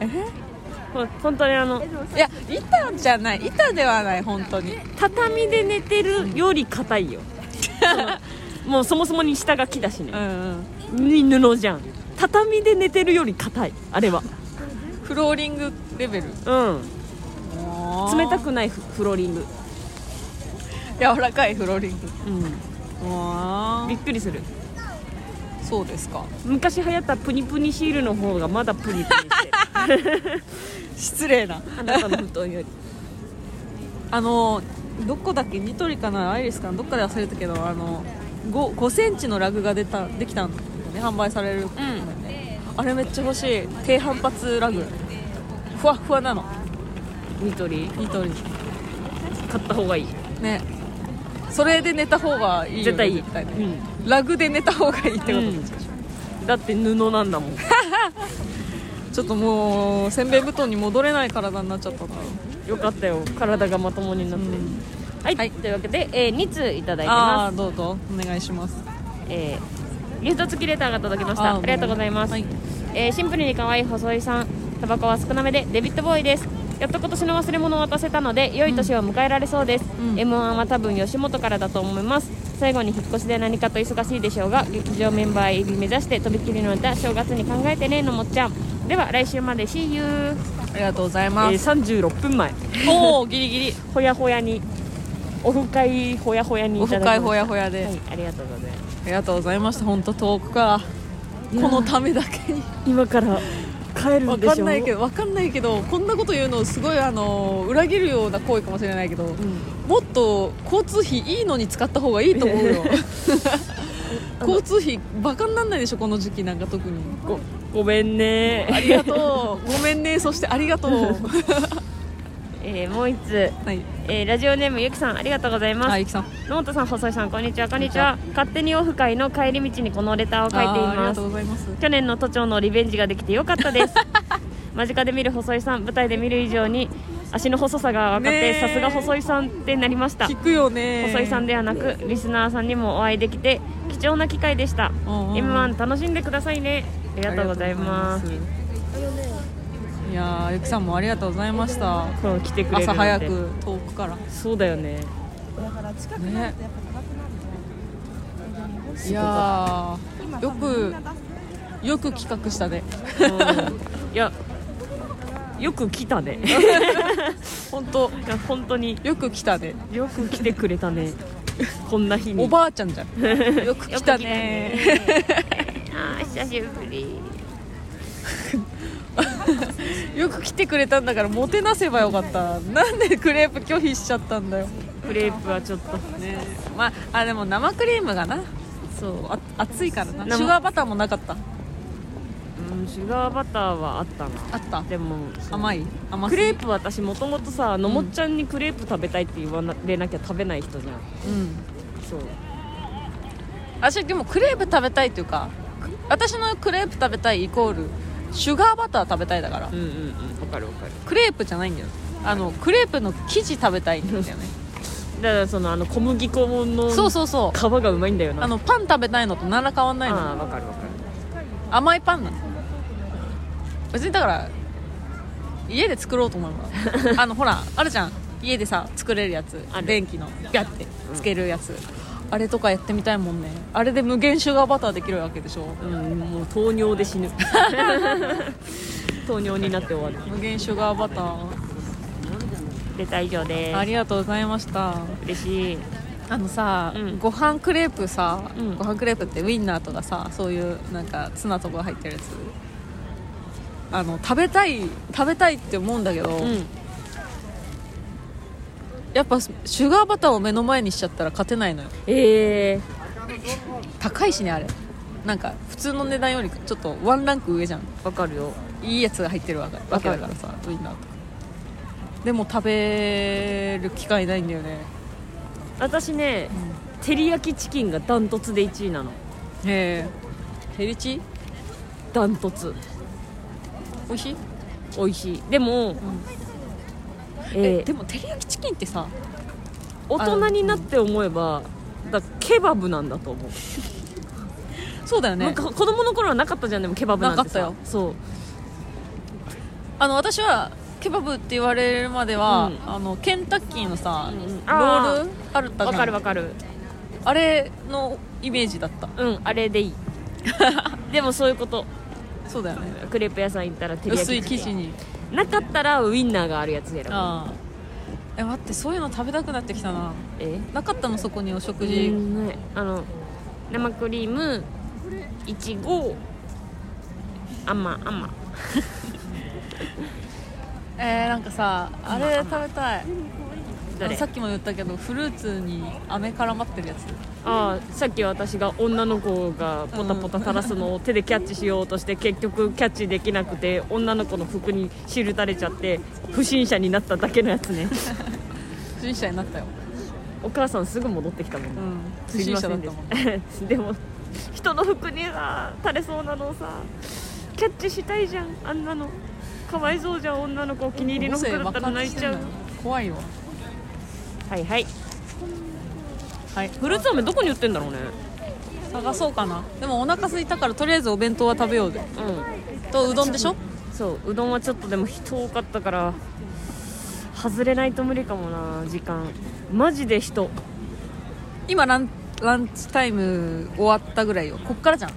[SPEAKER 1] え
[SPEAKER 2] ほ本当にあの
[SPEAKER 1] いや板じゃない板ではない本当に
[SPEAKER 2] 畳で寝てるより硬
[SPEAKER 1] [LAUGHS]
[SPEAKER 2] いよそのもうそもそもに下が木だし
[SPEAKER 1] う
[SPEAKER 2] ね、
[SPEAKER 1] んうん
[SPEAKER 2] に布じゃん畳で寝てるより硬いあれは
[SPEAKER 1] フローリングレベル
[SPEAKER 2] うん冷
[SPEAKER 1] 冷
[SPEAKER 2] たくないフフローリング、
[SPEAKER 1] 柔らかいフローリング
[SPEAKER 2] うん、
[SPEAKER 1] わ
[SPEAKER 2] びっくりする
[SPEAKER 1] そうですか
[SPEAKER 2] 昔流行ったプニプニシールの方がまだプニプニしてる
[SPEAKER 1] 失礼な
[SPEAKER 2] あなたの布団より
[SPEAKER 1] あのどこだっけニトリかなアイリスかなどっかで忘れたけどあの 5, 5センチのラグが出たできたんだよね販売される、あれめっちゃ欲しい低反発ラグふわっふわなの
[SPEAKER 2] ニトリ
[SPEAKER 1] ニトリ
[SPEAKER 2] 買った方がいい
[SPEAKER 1] ねそれで寝た方がいいよね
[SPEAKER 2] 絶対いい
[SPEAKER 1] 絶対ねラグで寝た方がいいってこと、
[SPEAKER 2] うんだって布なんだもん
[SPEAKER 1] ちょっともうせんべい布団に戻れない体になっちゃったな
[SPEAKER 2] よかったよ体がまともになって、
[SPEAKER 1] うん
[SPEAKER 2] はい、
[SPEAKER 1] はい
[SPEAKER 2] というわけで、え2通いただいて
[SPEAKER 1] ああ
[SPEAKER 2] ま
[SPEAKER 1] ーどうぞお願いします
[SPEAKER 2] すえーギフト付きレターが届きました
[SPEAKER 1] あ
[SPEAKER 2] あ
[SPEAKER 1] ー
[SPEAKER 2] りがとうございます、
[SPEAKER 1] はい
[SPEAKER 2] えーシンプルに可愛い細井さんタバコは少なめでデビットボーイですやっと今年の忘れ物を渡せたので良い年を迎えられそうです、
[SPEAKER 1] うん
[SPEAKER 2] m 1は多分吉本からだと思います最後に引っ越しで何かと忙しいでしょうが劇場メンバー入り目指してとびっきりの歌正月に考えてねのもっちゃんでは来週まで See you、
[SPEAKER 1] ありがとうござい
[SPEAKER 2] え
[SPEAKER 1] ます、
[SPEAKER 2] ー、36分前
[SPEAKER 1] おおギリギ [LAUGHS] リ
[SPEAKER 2] ほやほやにオフ会ほやほやに
[SPEAKER 1] オ
[SPEAKER 2] いた
[SPEAKER 1] フ
[SPEAKER 2] だきまし
[SPEAKER 1] 会
[SPEAKER 2] た
[SPEAKER 1] ほやほやで、
[SPEAKER 2] はいありがとうございます
[SPEAKER 1] ありがとうございました本当遠くからこのためだけに
[SPEAKER 2] 今から帰る
[SPEAKER 1] 分
[SPEAKER 2] んでしょ
[SPEAKER 1] かんないけど分かんないけどこんなこと言うのすごいあの裏切るような行為かもしれないけど、もっと交通費いいのに使った方がいいと思うよ [LAUGHS] 交通費バカになんないでしょこの時期なんか特に
[SPEAKER 2] ごごめんね
[SPEAKER 1] ありがとうごめんねそしてありがとう
[SPEAKER 2] [LAUGHS] えーもう一つ、
[SPEAKER 1] はい
[SPEAKER 2] えーラジオネームゆきさんありがとうございます、
[SPEAKER 1] あゆきさん
[SPEAKER 2] 野本さん細井さんこんにちはこんにち
[SPEAKER 1] こ
[SPEAKER 2] は勝手にオフ会の帰り道にこのレターを書いてい
[SPEAKER 1] あーあり
[SPEAKER 2] ま
[SPEAKER 1] が
[SPEAKER 2] す
[SPEAKER 1] とうございます
[SPEAKER 2] 去年の都庁のリベンジができてよかった [LAUGHS] です間近で見る細井さん舞台で見る以上に足の細さが分かっ
[SPEAKER 1] ねえ
[SPEAKER 2] てさすが細井さんってなりました
[SPEAKER 1] 聞くよね
[SPEAKER 2] 細井さんではなくリスナーさんにもお会いできて貴重な機会でした
[SPEAKER 1] うんうん
[SPEAKER 2] m 1楽しんでくださいねありがとうございます
[SPEAKER 1] ありがとうございますいやーゆきさんもありがとうございました
[SPEAKER 2] そう来てくれる
[SPEAKER 1] 朝
[SPEAKER 2] なんて
[SPEAKER 1] 早く遠くから
[SPEAKER 2] そうだよね
[SPEAKER 1] ねいやーよくよく企画したね
[SPEAKER 2] [LAUGHS] いやよく来たね [LAUGHS]
[SPEAKER 1] 本当
[SPEAKER 2] いや本当に
[SPEAKER 1] よく来たね
[SPEAKER 2] よく来てくれ
[SPEAKER 1] [LAUGHS]
[SPEAKER 2] たねこんな日に
[SPEAKER 1] おばあちゃんじゃ
[SPEAKER 2] [LAUGHS]
[SPEAKER 1] んよく来た
[SPEAKER 2] よ
[SPEAKER 1] ね
[SPEAKER 2] く来たねあー久しぶり
[SPEAKER 1] よく来てくれたんだからもてなせばよかったなんでクレープ拒否しちゃったんだよ
[SPEAKER 2] クレープはちょっと
[SPEAKER 1] ねまああでも生クリームがなそうあ熱いからな
[SPEAKER 2] 生
[SPEAKER 1] シュガーバターもなかった
[SPEAKER 2] うんシュガーバターはあったな
[SPEAKER 1] あった
[SPEAKER 2] でもそう
[SPEAKER 1] 甘い甘す
[SPEAKER 2] ク
[SPEAKER 1] ぎ
[SPEAKER 2] レープ私もともとさのもっちゃんにクレープ食べたいって言われなきゃ食べない人じゃん
[SPEAKER 1] うん
[SPEAKER 2] そう
[SPEAKER 1] 私でもクレープ食べたいっていうかく私のクレープ食べたいイコールシュガーバター食べたいだから、
[SPEAKER 2] うんうんうんわかるわかる
[SPEAKER 1] クレープじゃないんだよあのクレープの生地食べたいんだよね
[SPEAKER 2] だからそのあの小麦粉の
[SPEAKER 1] そうそうそう
[SPEAKER 2] 皮がうまいんだよな
[SPEAKER 1] あのパン食べたいのと何ら変わんないの
[SPEAKER 2] あーわかるわかる
[SPEAKER 1] 甘いパンなの別にだから家で作ろうと思えばあのほらあるじゃん家でさ作れるやつ
[SPEAKER 2] ある
[SPEAKER 1] 電気のピャってつけるやつ、あれとかやってみたいもんねあれで無限シュガーバターできるわけでしょ
[SPEAKER 2] うんもう糖尿で死ぬ糖尿になって終わる
[SPEAKER 1] 無限シュガーバター
[SPEAKER 2] レター以上で
[SPEAKER 1] ありがとうございました
[SPEAKER 2] 嬉しい
[SPEAKER 1] あのさ、
[SPEAKER 2] うん
[SPEAKER 1] ご飯クレープさ、
[SPEAKER 2] うん
[SPEAKER 1] ご飯クレープってウインナーとかさそういうなんかツナとか入ってるやつあの食べたい食べたいって思うんだけど、
[SPEAKER 2] うん
[SPEAKER 1] やっぱシュガーバターを目の前にしちゃったら勝てないのよ
[SPEAKER 2] えー、
[SPEAKER 1] 高いしねあれなんか普通の値段よりちょっとワンランク上じゃん
[SPEAKER 2] わかるよ
[SPEAKER 1] いいやつが入ってるわけわけだからさウインナーとかでも食べる機会ないんだよね
[SPEAKER 2] 私ね、照り焼きチキンがダントツで1位なの
[SPEAKER 1] へえヘリチ
[SPEAKER 2] ダントツ
[SPEAKER 1] 美味しい
[SPEAKER 2] 美味しいでも、
[SPEAKER 1] え
[SPEAKER 2] えー
[SPEAKER 1] でも照り焼きチキンってさ
[SPEAKER 2] 大人になって思えばだケバブなんだと思う、
[SPEAKER 1] そうだよ
[SPEAKER 2] なん
[SPEAKER 1] ね
[SPEAKER 2] か子供の頃はなかったじゃんでもケバブなんてさ
[SPEAKER 1] なかった
[SPEAKER 2] そう
[SPEAKER 1] あの私はケバブって言われるまでは、
[SPEAKER 2] う
[SPEAKER 1] あのケンタッキーのさ、
[SPEAKER 2] んうん
[SPEAKER 1] ロールあるったじゃん
[SPEAKER 2] わかるわかる
[SPEAKER 1] あれのイメージだった
[SPEAKER 2] うんあれでい [LAUGHS] いでもそういうこと
[SPEAKER 1] そうだよね
[SPEAKER 2] クレープ屋さん行ったら照り焼
[SPEAKER 1] 薄い
[SPEAKER 2] き
[SPEAKER 1] 生地に
[SPEAKER 2] なかったらウインナーがあるやつ選ぶ
[SPEAKER 1] ああえ待ってそういうの食べたくなってきたな
[SPEAKER 2] え
[SPEAKER 1] なかったのそこにお食
[SPEAKER 2] う
[SPEAKER 1] 事
[SPEAKER 2] んないあの生クリームいちごあんまあんま
[SPEAKER 1] えー、なんかさあれ食べたい
[SPEAKER 2] どれ
[SPEAKER 1] さっきも言ったけどフルーツに飴絡まってるやつ
[SPEAKER 2] ああさっき私が女の子がポタポタ垂らすのを手でキャッチしようとして結局キャッチできなくて女の子の服に汁垂れちゃって不審者になっただけのやつ
[SPEAKER 1] [LAUGHS]
[SPEAKER 2] ね
[SPEAKER 1] 不審者になったよ、
[SPEAKER 2] お母さんすぐ戻ってきたもん、
[SPEAKER 1] うん、
[SPEAKER 2] す
[SPEAKER 1] 不
[SPEAKER 2] み
[SPEAKER 1] 審
[SPEAKER 2] ませ
[SPEAKER 1] 者だっ
[SPEAKER 2] ん
[SPEAKER 1] た
[SPEAKER 2] で
[SPEAKER 1] もん
[SPEAKER 2] した [LAUGHS] でも人の服にさ垂れそうなのをさキャッチしたいじゃんあんなのかわいそうじゃん女の子お気に入りの服だったら泣いちゃ
[SPEAKER 1] 母性爆発してん
[SPEAKER 2] う
[SPEAKER 1] のよ怖いよ
[SPEAKER 2] はいはい
[SPEAKER 1] はい
[SPEAKER 2] フルーツ飴どこに売ってんだろうね
[SPEAKER 1] 探そうかなでもお腹空いたからとりあえずお弁当は食べようで
[SPEAKER 2] うん
[SPEAKER 1] とうどんでしょ
[SPEAKER 2] そううどんはちょっとでも人多かったから外れないと無理かもな時間マジで人
[SPEAKER 1] 今ランランチタイム終わったぐらいよこっからじゃん
[SPEAKER 2] こ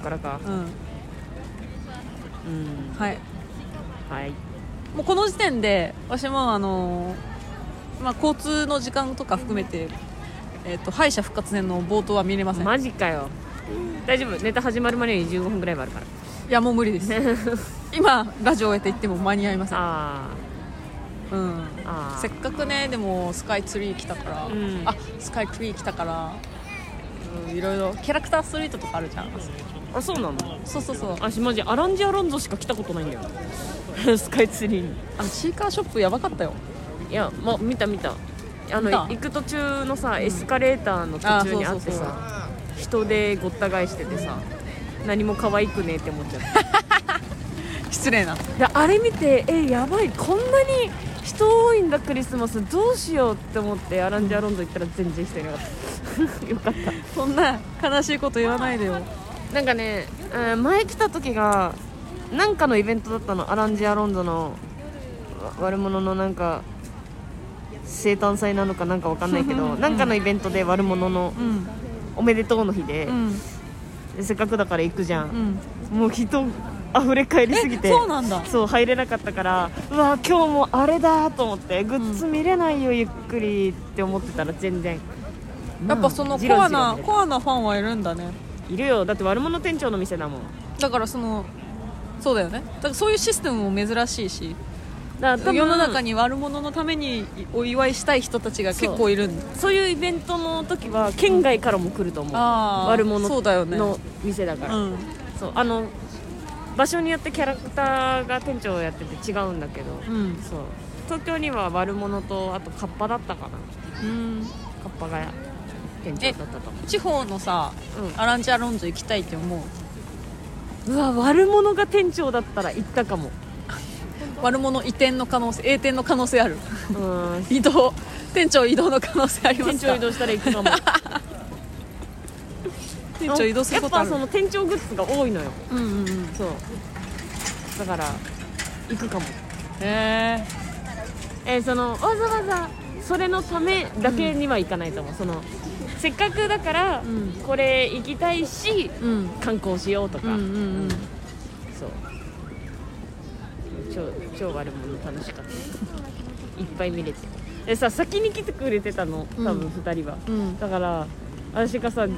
[SPEAKER 2] っからか
[SPEAKER 1] うん
[SPEAKER 2] うん
[SPEAKER 1] はい
[SPEAKER 2] はい
[SPEAKER 1] もうこの時点で私もあのーまあ、交通の時間とか含めて、えっと敗者復活戦の冒頭は見れませんい
[SPEAKER 2] マジかよ大丈夫ネタ始まるまでに15分ぐらいはあるから
[SPEAKER 1] やもう無理です
[SPEAKER 2] [LAUGHS]
[SPEAKER 1] 今ラジオ終えて行っても間に合いません、
[SPEAKER 2] あ
[SPEAKER 1] うん、
[SPEAKER 2] ーあ
[SPEAKER 1] せっかくねでもスカイツリー来たから、
[SPEAKER 2] うん
[SPEAKER 1] あスカイツリー来たから、うん、いろいろキャラクターストリートとかあるじゃん
[SPEAKER 2] ああそうなの
[SPEAKER 1] そうそうそう
[SPEAKER 2] 私マジアランジアランゾしか来たことないんだよ [LAUGHS] スカイツリーに
[SPEAKER 1] あシーカーショップやばかったよ
[SPEAKER 2] いや、ま、見た見たあの
[SPEAKER 1] 見た
[SPEAKER 2] 行く途中のさエスカレーターの途中にあってさ人でごった返しててさ何も可愛くねえって思っちゃった
[SPEAKER 1] 失礼な
[SPEAKER 2] [LAUGHS] であれ見てえやばいこんなに人多いんだクリスマスどうしようって思ってアランジ・アロンド行ったら全然人いなかった [LAUGHS] よかっ
[SPEAKER 1] そんな悲しいこと言わないでよ
[SPEAKER 2] たなんかね、うん前来た時がなんかのイベントだったのアランジ・アロンドのわ悪者のなんか生誕祭なのかなんかわかんないけど、
[SPEAKER 1] うん
[SPEAKER 2] なんかのイベントで悪者の
[SPEAKER 1] うん
[SPEAKER 2] おめでとうの日で,
[SPEAKER 1] う
[SPEAKER 2] で、
[SPEAKER 1] ん
[SPEAKER 2] せっかくだから行くじゃ、
[SPEAKER 1] うんん
[SPEAKER 2] もう人溢れ返りすぎて
[SPEAKER 1] えそうなんだ
[SPEAKER 2] そう入れなかったからうわ今日もあれだと思ってグッズ見れないよ、ゆっくりって思ってたら全然
[SPEAKER 1] やっぱその
[SPEAKER 2] ジ
[SPEAKER 1] コ
[SPEAKER 2] ロジロ
[SPEAKER 1] ア
[SPEAKER 2] 見れ
[SPEAKER 1] な
[SPEAKER 2] る
[SPEAKER 1] コアなファンはいるんだね
[SPEAKER 2] いるよだって悪者店長の店だもん
[SPEAKER 1] だからそのそうだよねだからそういうシステムも珍しいし
[SPEAKER 2] だから多分
[SPEAKER 1] 世の中に悪者のためにお祝いしたい人たちが結構いるんだ
[SPEAKER 2] そういうイベントの時は県外からも来ると思う
[SPEAKER 1] あー
[SPEAKER 2] 悪者
[SPEAKER 1] そうだよね
[SPEAKER 2] の店だから
[SPEAKER 1] うん
[SPEAKER 2] そうあの場所によってキャラクターが店長をやってて違うんだけど、
[SPEAKER 1] うん
[SPEAKER 2] そう東京には悪者とあとカッパだったかな
[SPEAKER 1] うん
[SPEAKER 2] カッパが店長だったと思
[SPEAKER 1] 地方のさ
[SPEAKER 2] う、うん
[SPEAKER 1] アランジ・アロンゾ行きたいって思う
[SPEAKER 2] うわ悪者が店長だったら行ったかも
[SPEAKER 1] 悪者移転の可能性栄転の可能性ある
[SPEAKER 2] うん
[SPEAKER 1] 移動店長移動の可能性ありま
[SPEAKER 2] 店
[SPEAKER 1] す
[SPEAKER 2] 長
[SPEAKER 1] か
[SPEAKER 2] 移動したら行くかも
[SPEAKER 1] [LAUGHS] 店長移動することある
[SPEAKER 2] やっぱその店長グッズが多いのよ
[SPEAKER 1] うんうんうん
[SPEAKER 2] そうだから行くかも
[SPEAKER 1] へえ
[SPEAKER 2] えーそのわざわざそれのためだけには行かないと思う、そのせっかくだから、
[SPEAKER 1] うん
[SPEAKER 2] これ行きたいし
[SPEAKER 1] うん
[SPEAKER 2] 観光しようとか、
[SPEAKER 1] うんうんうん
[SPEAKER 2] そう超超悪者楽しかったいっぱい見れてでさ先に来てくれてたの多
[SPEAKER 1] う
[SPEAKER 2] 分
[SPEAKER 1] ん
[SPEAKER 2] 2人は、
[SPEAKER 1] うん
[SPEAKER 2] だから私がさグ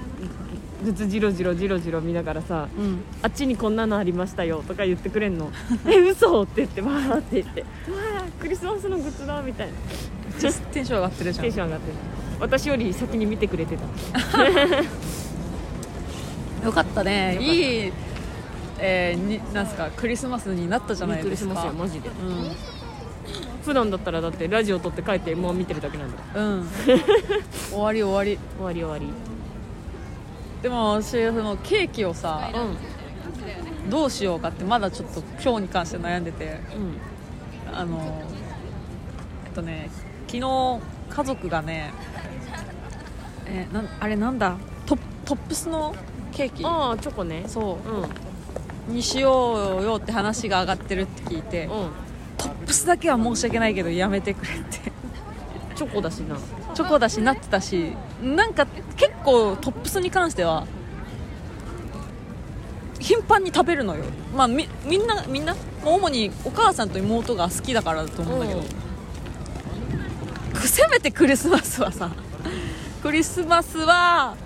[SPEAKER 2] ッズジロジロジロジロ見ながらさ
[SPEAKER 1] うん
[SPEAKER 2] あっちにこんなのありましたよとか言ってくれ
[SPEAKER 1] [LAUGHS]
[SPEAKER 2] んのえ嘘って言ってわーって言ってわークリスマスのグッズだみたいな
[SPEAKER 1] めっちゃ [LAUGHS] テンション上がってるじゃ
[SPEAKER 2] テンション上がってる私より先に見てくれてた
[SPEAKER 1] んよかったね
[SPEAKER 2] かった
[SPEAKER 1] いいえーになんすかクリスマスになったじゃない
[SPEAKER 2] ク
[SPEAKER 1] で
[SPEAKER 2] リス
[SPEAKER 1] す
[SPEAKER 2] マス
[SPEAKER 1] か
[SPEAKER 2] よマジで
[SPEAKER 1] う
[SPEAKER 2] 普段だったらだってラジオ撮って帰ってもう見てるだけなんだよ
[SPEAKER 1] ん、うん、終わり終わり
[SPEAKER 2] 終わり終わり
[SPEAKER 1] でも私そのケーキをさどうしようかってまだちょっと今日に関して悩んでて
[SPEAKER 2] うんうん
[SPEAKER 1] あのえっとね昨日家族がねえなんあれなんだトップトップスのケーキ
[SPEAKER 2] ああチョコね
[SPEAKER 1] そう
[SPEAKER 2] うんうん
[SPEAKER 1] にしようよって話が上がってるって聞いてトップスだけは申し訳ないけどやめてくれって
[SPEAKER 2] チョコだしな
[SPEAKER 1] チョコだしなってたしなんか結構トップスに関しては頻繁に食べるのよまあみみんなみんなまあ主にお母さんと妹が好きだからだと思うんだけど、せめてクリスマスはさクリスマスは、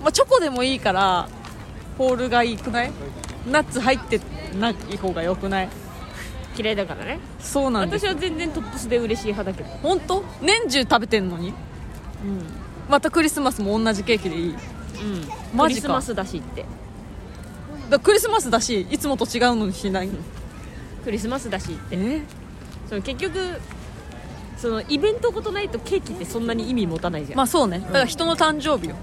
[SPEAKER 1] まあ、チョコでもいいからホールがいいくないナッツ入ってない方がよくない
[SPEAKER 2] 嫌いだからね
[SPEAKER 1] そうなんです
[SPEAKER 2] 私は全然トップスで嬉しい派だけど
[SPEAKER 1] 本当年中食べてんのに
[SPEAKER 2] うん
[SPEAKER 1] またクリスマスも同じケーキでいいだか
[SPEAKER 2] うん
[SPEAKER 1] マ
[SPEAKER 2] ク
[SPEAKER 1] ジか
[SPEAKER 2] リスマスだしって
[SPEAKER 1] らクリスマスだしいつもと違うのにしない
[SPEAKER 2] クリスマスだしって
[SPEAKER 1] え
[SPEAKER 2] その結局そのイベントごとないとケーキってそんなに意味持たないじゃん、
[SPEAKER 1] まあそうねだから人の誕生日よ、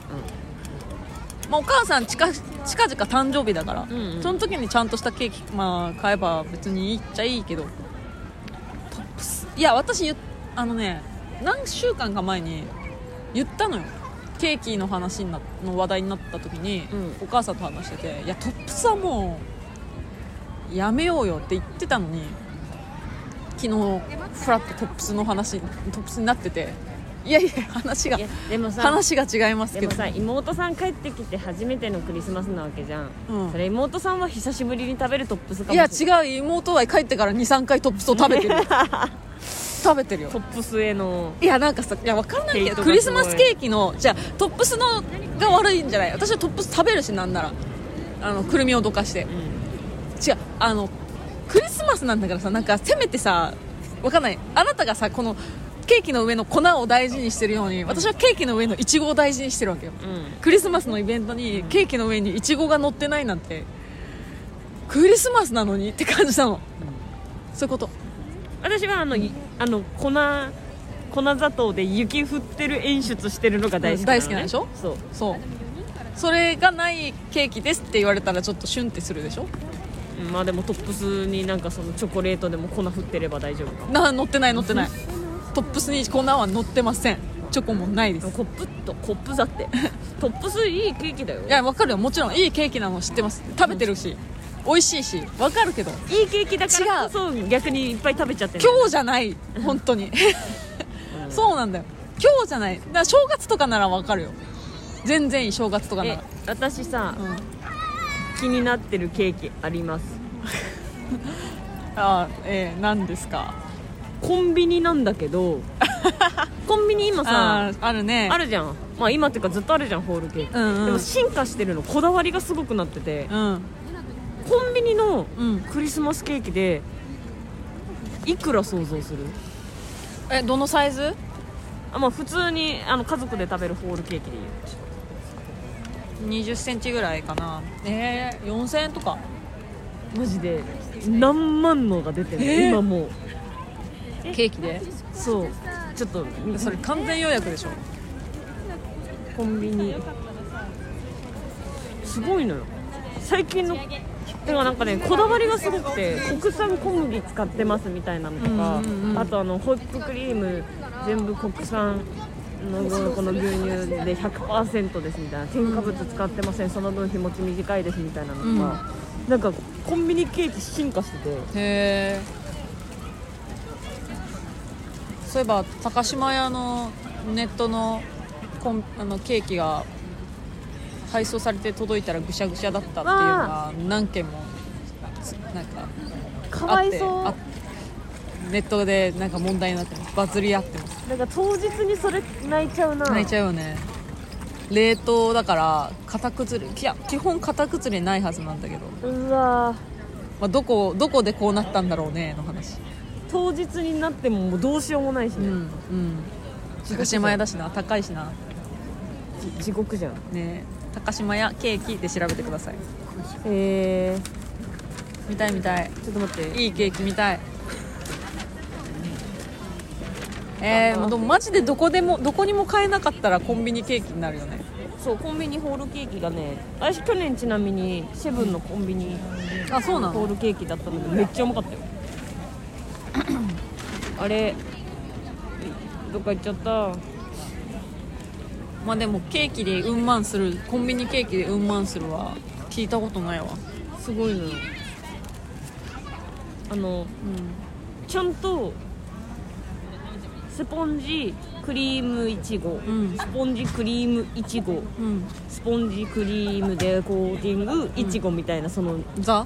[SPEAKER 1] まあ、お母さん近近々誕生日だから、
[SPEAKER 2] うんうん
[SPEAKER 1] その時にちゃんとしたケーキ、まあ、買えば別にいいっちゃいいけどトップスいや私言っあのね何週間か前に言ったのよケーキの話になの話題になった時に、
[SPEAKER 2] う
[SPEAKER 1] お母さんと話してて「いやトップスはもうやめようよ」って言ってたのに昨日フラッとトップスの話トップスになってていやいや話が
[SPEAKER 2] いやでもさ
[SPEAKER 1] 話が違います
[SPEAKER 2] で
[SPEAKER 1] け
[SPEAKER 2] も
[SPEAKER 1] ど
[SPEAKER 2] さ妹さん帰ってきて初めてのクリスマスなわけじゃん、
[SPEAKER 1] うん
[SPEAKER 2] それ妹さんは久しぶりに食べるトップスかも
[SPEAKER 1] いや
[SPEAKER 2] しれない
[SPEAKER 1] 違う妹は帰ってから23回トップスを食べ [LAUGHS] てる食べてるよ
[SPEAKER 2] トップスへの
[SPEAKER 1] いやなんかさいやわかんないけ
[SPEAKER 2] ヘイト
[SPEAKER 1] ど
[SPEAKER 2] が
[SPEAKER 1] クリスマスケーキのじゃあトップスのが悪いんじゃない私はトップス食べるしなんならあのくるみをどかして違うあのクリスマスなんだからさなんかせめてさわかんないあなたがさこのケーキの上の粉を大事にしてるように私はケーキの上のイチゴを大事にしてるわけよ
[SPEAKER 2] うん、うん
[SPEAKER 1] クリスマスのイベントにケーキの上にイチゴが乗ってないなんてクリスマスなのにって感じなの、そういうこと
[SPEAKER 2] 私はあの,、あの粉粉砂糖で雪降ってる演出してるのが大好きなの、
[SPEAKER 1] うん大
[SPEAKER 2] ね
[SPEAKER 1] 好きなんでしょ
[SPEAKER 2] そう
[SPEAKER 1] そうそれがないケーキですって言われたらちょっとシュンってするでしょ
[SPEAKER 2] うんまあでもトップスになんかそのチョコレートでも粉振ってれば大丈夫か
[SPEAKER 1] な乗ってない乗って [LAUGHS] ないトップスに粉は乗ってませんチョコもないです
[SPEAKER 2] コップとコップだって
[SPEAKER 1] [LAUGHS]
[SPEAKER 2] トップスいいケーキだよ
[SPEAKER 1] いやわかるよもちろんいいケーキなの知ってます食べてるし美味しいしわかるけど
[SPEAKER 2] いいケーキだからこそ逆にいっぱい食べちゃってる
[SPEAKER 1] 今日じゃない本当に [LAUGHS] そうなんだよ今日じゃないだから正月とかならわかるよ全然いい正月とかな
[SPEAKER 2] え
[SPEAKER 1] ら
[SPEAKER 2] 私さ、
[SPEAKER 1] うん
[SPEAKER 2] 気になってるケーキあります
[SPEAKER 1] あーえー、何ですか
[SPEAKER 2] コンビニなんだけ [LAUGHS] どコンビニ今さ
[SPEAKER 1] あーあるね
[SPEAKER 2] あるじゃんまあ今っていうかずっとあるじゃんホールケーキ、
[SPEAKER 1] うんうん
[SPEAKER 2] でも進化してるのこだわりがすごくなってて
[SPEAKER 1] うん
[SPEAKER 2] コンビニの
[SPEAKER 1] うん
[SPEAKER 2] クリスマスケーキでいくら想像する
[SPEAKER 1] えどのサイズ
[SPEAKER 2] あまあ普通にあの家族で食べるホールケーキでいいよ
[SPEAKER 1] 2 0ンチぐらいかなえー、4000円とか
[SPEAKER 2] マジで何万のが出てる、
[SPEAKER 1] えー
[SPEAKER 2] 今もう
[SPEAKER 1] ケーキで
[SPEAKER 2] そうちょっと
[SPEAKER 1] それ完全予約でしょ
[SPEAKER 2] コンビニすごいのよ最近のでもなんかねこだわりがすごくて国産小麦使ってますみたいなのとか、
[SPEAKER 1] うんうんうん
[SPEAKER 2] あとあのホイップクリーム全部国産のこの牛乳で100%ですみたいな添加物使ってませんその分日持ち短いですみたいなのとか、なんかコンビニケーキ進化してて
[SPEAKER 1] へえそういえば高島屋のネットのコンあのケーキが配送されて届いたらぐしゃぐしゃだったっていうのが何件もつなんか
[SPEAKER 2] か
[SPEAKER 1] あ
[SPEAKER 2] わ
[SPEAKER 1] っ
[SPEAKER 2] い
[SPEAKER 1] て
[SPEAKER 2] そう
[SPEAKER 1] あネットでなんか問題になってますバズり合ってます
[SPEAKER 2] なんか当日にそれ泣いちゃうな
[SPEAKER 1] 泣いちゃうよね冷凍だから型崩れいや基本型崩れないはずなんだけど、
[SPEAKER 2] うわー
[SPEAKER 1] まあ、どこどこでこうなったんだろうねの話
[SPEAKER 2] 当日になってももうどうしようもないし
[SPEAKER 1] う
[SPEAKER 2] ね、
[SPEAKER 1] んうん高島屋だしな高いしな
[SPEAKER 2] じ地獄じゃん
[SPEAKER 1] ね高島屋ケーキで調べてください
[SPEAKER 2] えー、
[SPEAKER 1] 見たい見たい
[SPEAKER 2] ちょっと待って
[SPEAKER 1] いいケーキ見たいえー、でもマジでどこでもどこにも買えなかったらコンビニケーキになるよね
[SPEAKER 2] そうコンビニホールケーキがね私去年ちなみにセブンのコンビニ
[SPEAKER 1] あそうな
[SPEAKER 2] ホールケーキだったのでめっちゃうまか [CLEARS THROAT] ったよあれどっか行っちゃった
[SPEAKER 1] まあでもケーキでうんまんするコンビニケーキでうんまんするは聞いたことないわ
[SPEAKER 2] すごいのよあの
[SPEAKER 1] うん
[SPEAKER 2] ちゃんとスポンジクリームいちご
[SPEAKER 1] うん
[SPEAKER 2] スポンジクリームいちご
[SPEAKER 1] うん
[SPEAKER 2] スポンジクリームデコーティングいちごみたいなその
[SPEAKER 1] ザ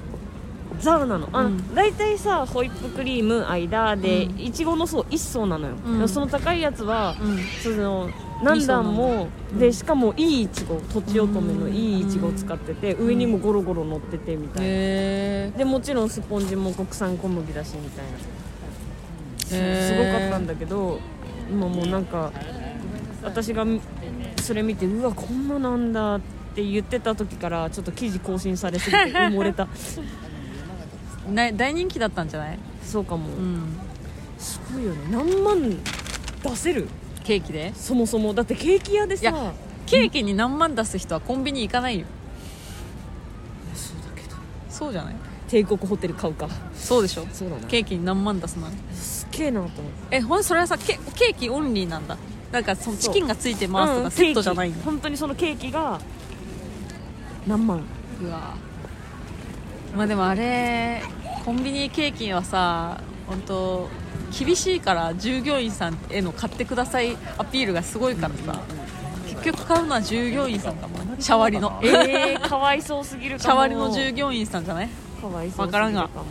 [SPEAKER 2] ザなのあ、
[SPEAKER 1] うん
[SPEAKER 2] 大体さホイップクリーム間で
[SPEAKER 1] うん
[SPEAKER 2] いちごの層1層なのよ、
[SPEAKER 1] うん
[SPEAKER 2] でもその高いやつは、
[SPEAKER 1] うん
[SPEAKER 2] その何段も
[SPEAKER 1] うん
[SPEAKER 2] でしかもいいいちごとちおとめのいいいちご使ってて上にもゴロゴロ乗っててみたいな、
[SPEAKER 1] へ
[SPEAKER 2] でもちろんスポンジも国産小麦だしみたいな
[SPEAKER 1] え
[SPEAKER 2] すごかったんだけど今もうなんか私がそれ見てうわこんななんだって言ってた時からちょっと記事更新されすぎて埋
[SPEAKER 1] [LAUGHS]
[SPEAKER 2] もれた
[SPEAKER 1] な大人気だったんじゃない、
[SPEAKER 2] そうかも、
[SPEAKER 1] うん、
[SPEAKER 2] すごいよね何万出せる
[SPEAKER 1] ケーキで
[SPEAKER 2] そもそもだってケーキ屋で
[SPEAKER 1] い
[SPEAKER 2] さ
[SPEAKER 1] やケーキに何万出す人はコンビニ行かないよ
[SPEAKER 2] そうだけど
[SPEAKER 1] そうじゃない
[SPEAKER 2] 帝国ホテル買うか
[SPEAKER 1] そうでしょ
[SPEAKER 2] そうだな
[SPEAKER 1] ケーキに何万出すなの
[SPEAKER 2] すっげえなと思って
[SPEAKER 1] えほんそれはさケケーキオンリーなんだなんかそのチキンがついてますと
[SPEAKER 2] う
[SPEAKER 1] か
[SPEAKER 2] ん
[SPEAKER 1] セットじゃない
[SPEAKER 2] ケー
[SPEAKER 1] の
[SPEAKER 2] キ、本当にそのケーキが何万
[SPEAKER 1] うわまあでもあれコンビニケーキはさ本当厳しいから従業員さんへの買ってくださいアピールがすごいからさ、結局買うのは従業員さんかもねシャワリの
[SPEAKER 2] え [LAUGHS] ー、かわいそうすぎるか
[SPEAKER 1] シ
[SPEAKER 2] も
[SPEAKER 1] ャワリの従業員さんじゃない
[SPEAKER 2] かわいそうすぎる
[SPEAKER 1] わからんが
[SPEAKER 2] かも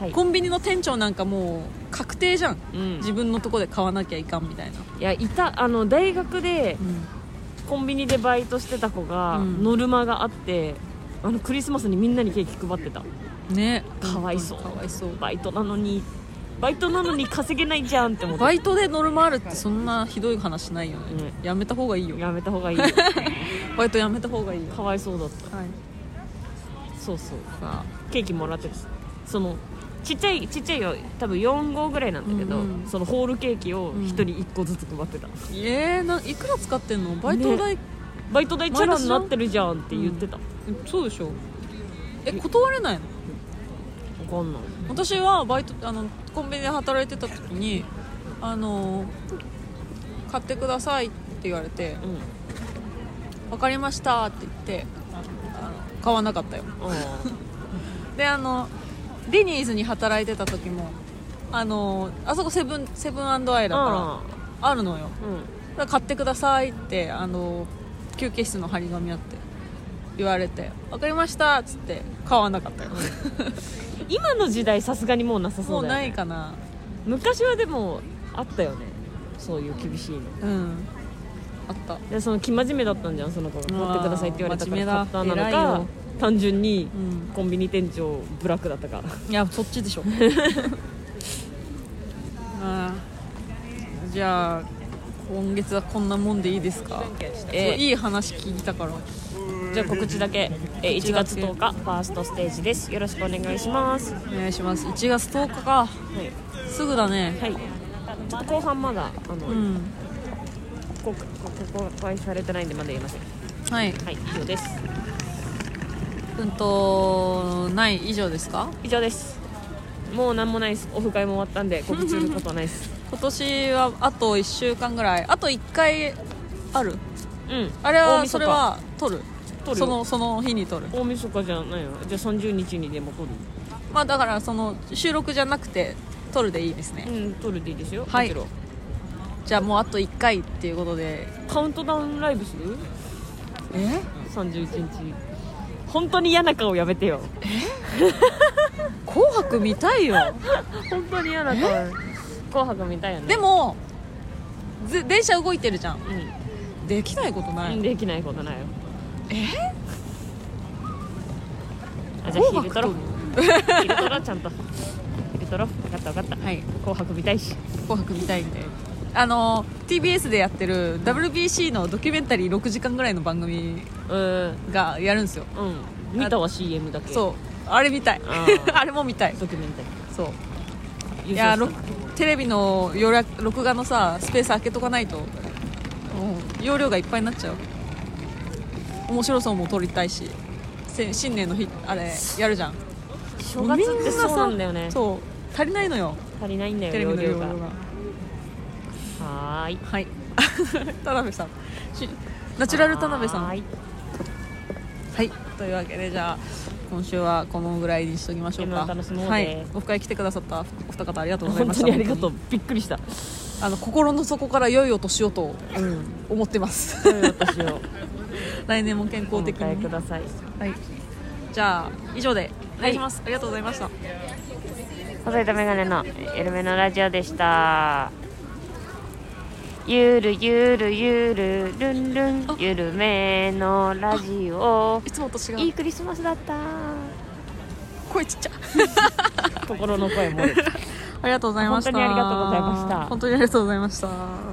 [SPEAKER 2] はい
[SPEAKER 1] コンビニの店長なんかもう確定じゃん
[SPEAKER 2] うん
[SPEAKER 1] 自分のとこで買わなきゃいかんみたいな、
[SPEAKER 2] いやいたあの大学でコンビニでバイトしてた子が、
[SPEAKER 1] うん
[SPEAKER 2] ノルマがあってあのクリスマスにみんなにケーキ配ってた
[SPEAKER 1] ね
[SPEAKER 2] かわいそう
[SPEAKER 1] かわいそう
[SPEAKER 2] バイトなのにバイトなのに稼げないじゃんって思って
[SPEAKER 1] バイトでノルマあるってそんなひどい話ないよね、やめた方がいいよ
[SPEAKER 2] やめ
[SPEAKER 1] [LAUGHS]
[SPEAKER 2] た方がいい
[SPEAKER 1] バイトやめた方がいいよ
[SPEAKER 2] かわいそうだった
[SPEAKER 1] はい
[SPEAKER 2] そうそう
[SPEAKER 1] さあ
[SPEAKER 2] ケーキもらってたそのちっちゃいちっちゃいよ多分4号ぐらいなんだけ
[SPEAKER 1] う
[SPEAKER 2] ど、
[SPEAKER 1] んうん
[SPEAKER 2] そのホールケーキを1人1個ずつ配ってた、
[SPEAKER 1] えー、ないくら使ってんのバイト代、
[SPEAKER 2] バイト代チャラになってるじゃんって言ってた、
[SPEAKER 1] そうでしょえ断れないの
[SPEAKER 2] わかんない
[SPEAKER 1] 私はバイトあのコンビニで働いてた時にあの買ってくださいって言われて
[SPEAKER 2] うん
[SPEAKER 1] 「分かりました」って言ってあの買わなかったよ
[SPEAKER 2] あ
[SPEAKER 1] であのデニーズに働いてた時もあのあそこセブンセブンアイだ
[SPEAKER 2] ー
[SPEAKER 1] か
[SPEAKER 2] あ
[SPEAKER 1] らあるのよ
[SPEAKER 2] ーう
[SPEAKER 1] だ
[SPEAKER 2] ん
[SPEAKER 1] から買ってくださいってあの休憩室の張り紙あって言われて「分かりました」っつって買わなかった [LAUGHS] よ
[SPEAKER 2] 今の時代さすがにもうなさ
[SPEAKER 1] も
[SPEAKER 2] そう
[SPEAKER 1] う
[SPEAKER 2] だ
[SPEAKER 1] な
[SPEAKER 2] よ、
[SPEAKER 1] い
[SPEAKER 2] ね、
[SPEAKER 1] かな
[SPEAKER 2] 昔はでもあったよねそういう厳しいの
[SPEAKER 1] うんあった
[SPEAKER 2] でその生真面目だったんじゃんその子が
[SPEAKER 1] うわー
[SPEAKER 2] 買ってくださいって言われたか
[SPEAKER 1] 真面目だ
[SPEAKER 2] ら買ったなの
[SPEAKER 1] 偉い
[SPEAKER 2] か
[SPEAKER 1] よ
[SPEAKER 2] 単純に
[SPEAKER 1] うん
[SPEAKER 2] コンビニ店長ブラックだったか
[SPEAKER 1] いやそっちでしょ [LAUGHS] あーじゃあ今月はこんなもんでいいですか
[SPEAKER 2] えー
[SPEAKER 1] そういい話聞いたからお
[SPEAKER 2] じゃあ告知だけ、えー1月10日ファーストステージですよろしくお願いしますは
[SPEAKER 1] 願いします1月10日か
[SPEAKER 2] い、
[SPEAKER 1] すぐだね
[SPEAKER 2] はい、ちょっと後半まだあの、
[SPEAKER 1] うん
[SPEAKER 2] こここ公開されてないんでまだ言えません
[SPEAKER 1] はい
[SPEAKER 2] はい以上です
[SPEAKER 1] うんとない以上ですか
[SPEAKER 2] 以上ですもう何もないですオフ会も終わったんで告知することはないです
[SPEAKER 1] 今年はあと1週間ぐらいあと1回ある
[SPEAKER 2] うん
[SPEAKER 1] あれ
[SPEAKER 2] 大晦
[SPEAKER 1] は
[SPEAKER 2] 日
[SPEAKER 1] それは撮る
[SPEAKER 2] 撮る
[SPEAKER 1] そ
[SPEAKER 2] よ
[SPEAKER 1] のその日に撮る
[SPEAKER 2] 大晦日じゃないよじゃあ30日にでも撮る
[SPEAKER 1] まあだからその収録じゃなくて撮るでいいですね、
[SPEAKER 2] うん撮るでいいですよ
[SPEAKER 1] はい
[SPEAKER 2] もちろん
[SPEAKER 1] じゃあもうあと1回っていうことで
[SPEAKER 2] カウントダウンライブする
[SPEAKER 1] え
[SPEAKER 2] 31日本当に嫌な顔やめてよ
[SPEAKER 1] 紅白見たいよ
[SPEAKER 2] 本当に嫌な顔紅白見たいよね
[SPEAKER 1] でもぜ電車動いてるじゃん
[SPEAKER 2] うん
[SPEAKER 1] できないことない、
[SPEAKER 2] できないことないよえあじゃあ
[SPEAKER 1] 紅白
[SPEAKER 2] 昼ト
[SPEAKER 1] 撮
[SPEAKER 2] ロ [LAUGHS]
[SPEAKER 1] る
[SPEAKER 2] 昼トロちゃんと昼トロ分かった分かった
[SPEAKER 1] はい
[SPEAKER 2] 紅白見たいし
[SPEAKER 1] 紅白見たいんであの TBS でやってる WBC のドキュメンタリー6時間ぐらいの番組
[SPEAKER 2] うん
[SPEAKER 1] がやるんですよ
[SPEAKER 2] うん見たは CM だけ
[SPEAKER 1] そうあれ見たい
[SPEAKER 2] あー
[SPEAKER 1] [LAUGHS] あれも見たい
[SPEAKER 2] ドキュメンタリ
[SPEAKER 1] そう
[SPEAKER 2] ー
[SPEAKER 1] いや
[SPEAKER 2] 優勝
[SPEAKER 1] ろテレビの容量録画のさスペース開けとかないとうん容量がいっぱいになっちゃう面白そうも撮りたいしせ新年の日あれやるじゃん
[SPEAKER 2] した正月ってそうなんだよね
[SPEAKER 1] そう足りないのよ
[SPEAKER 2] 足りないんだ
[SPEAKER 1] テレ
[SPEAKER 2] よ
[SPEAKER 1] ビの
[SPEAKER 2] 容量
[SPEAKER 1] 容
[SPEAKER 2] が
[SPEAKER 1] 量が
[SPEAKER 2] はーい
[SPEAKER 1] はい [LAUGHS] 田辺さんしナチュラル田辺さん
[SPEAKER 2] はーい
[SPEAKER 1] はいというわけでじゃあ今週はこのぐらいにしときましょうか
[SPEAKER 2] 今楽しもうね
[SPEAKER 1] はいオフ会来てくださったお二方ありがとうござい
[SPEAKER 2] 本
[SPEAKER 1] まし
[SPEAKER 2] 当
[SPEAKER 1] た
[SPEAKER 2] にありがとうびっくりした
[SPEAKER 1] あの心の底から良いお年をと
[SPEAKER 2] [LAUGHS] うん
[SPEAKER 1] 思って
[SPEAKER 2] [LAUGHS]
[SPEAKER 1] ます
[SPEAKER 2] そういう私を
[SPEAKER 1] 来年も健
[SPEAKER 2] お
[SPEAKER 1] 康的
[SPEAKER 2] 迎え
[SPEAKER 1] に
[SPEAKER 2] く
[SPEAKER 1] ね、
[SPEAKER 2] ださい
[SPEAKER 1] はい、じゃあ以上でお願いします、ありがとうございました
[SPEAKER 2] 細いとメガネのエルメのラジオでしたゆるゆるゆるルンルン
[SPEAKER 1] あ
[SPEAKER 2] ゆるめのラジオ
[SPEAKER 1] いつもと違う
[SPEAKER 2] いいクリスマスだった
[SPEAKER 1] 声ちっちゃ
[SPEAKER 2] [LAUGHS] 心の声も
[SPEAKER 1] ありがとうございました
[SPEAKER 2] 本当にありがとうございました
[SPEAKER 1] 本当にありがとうございました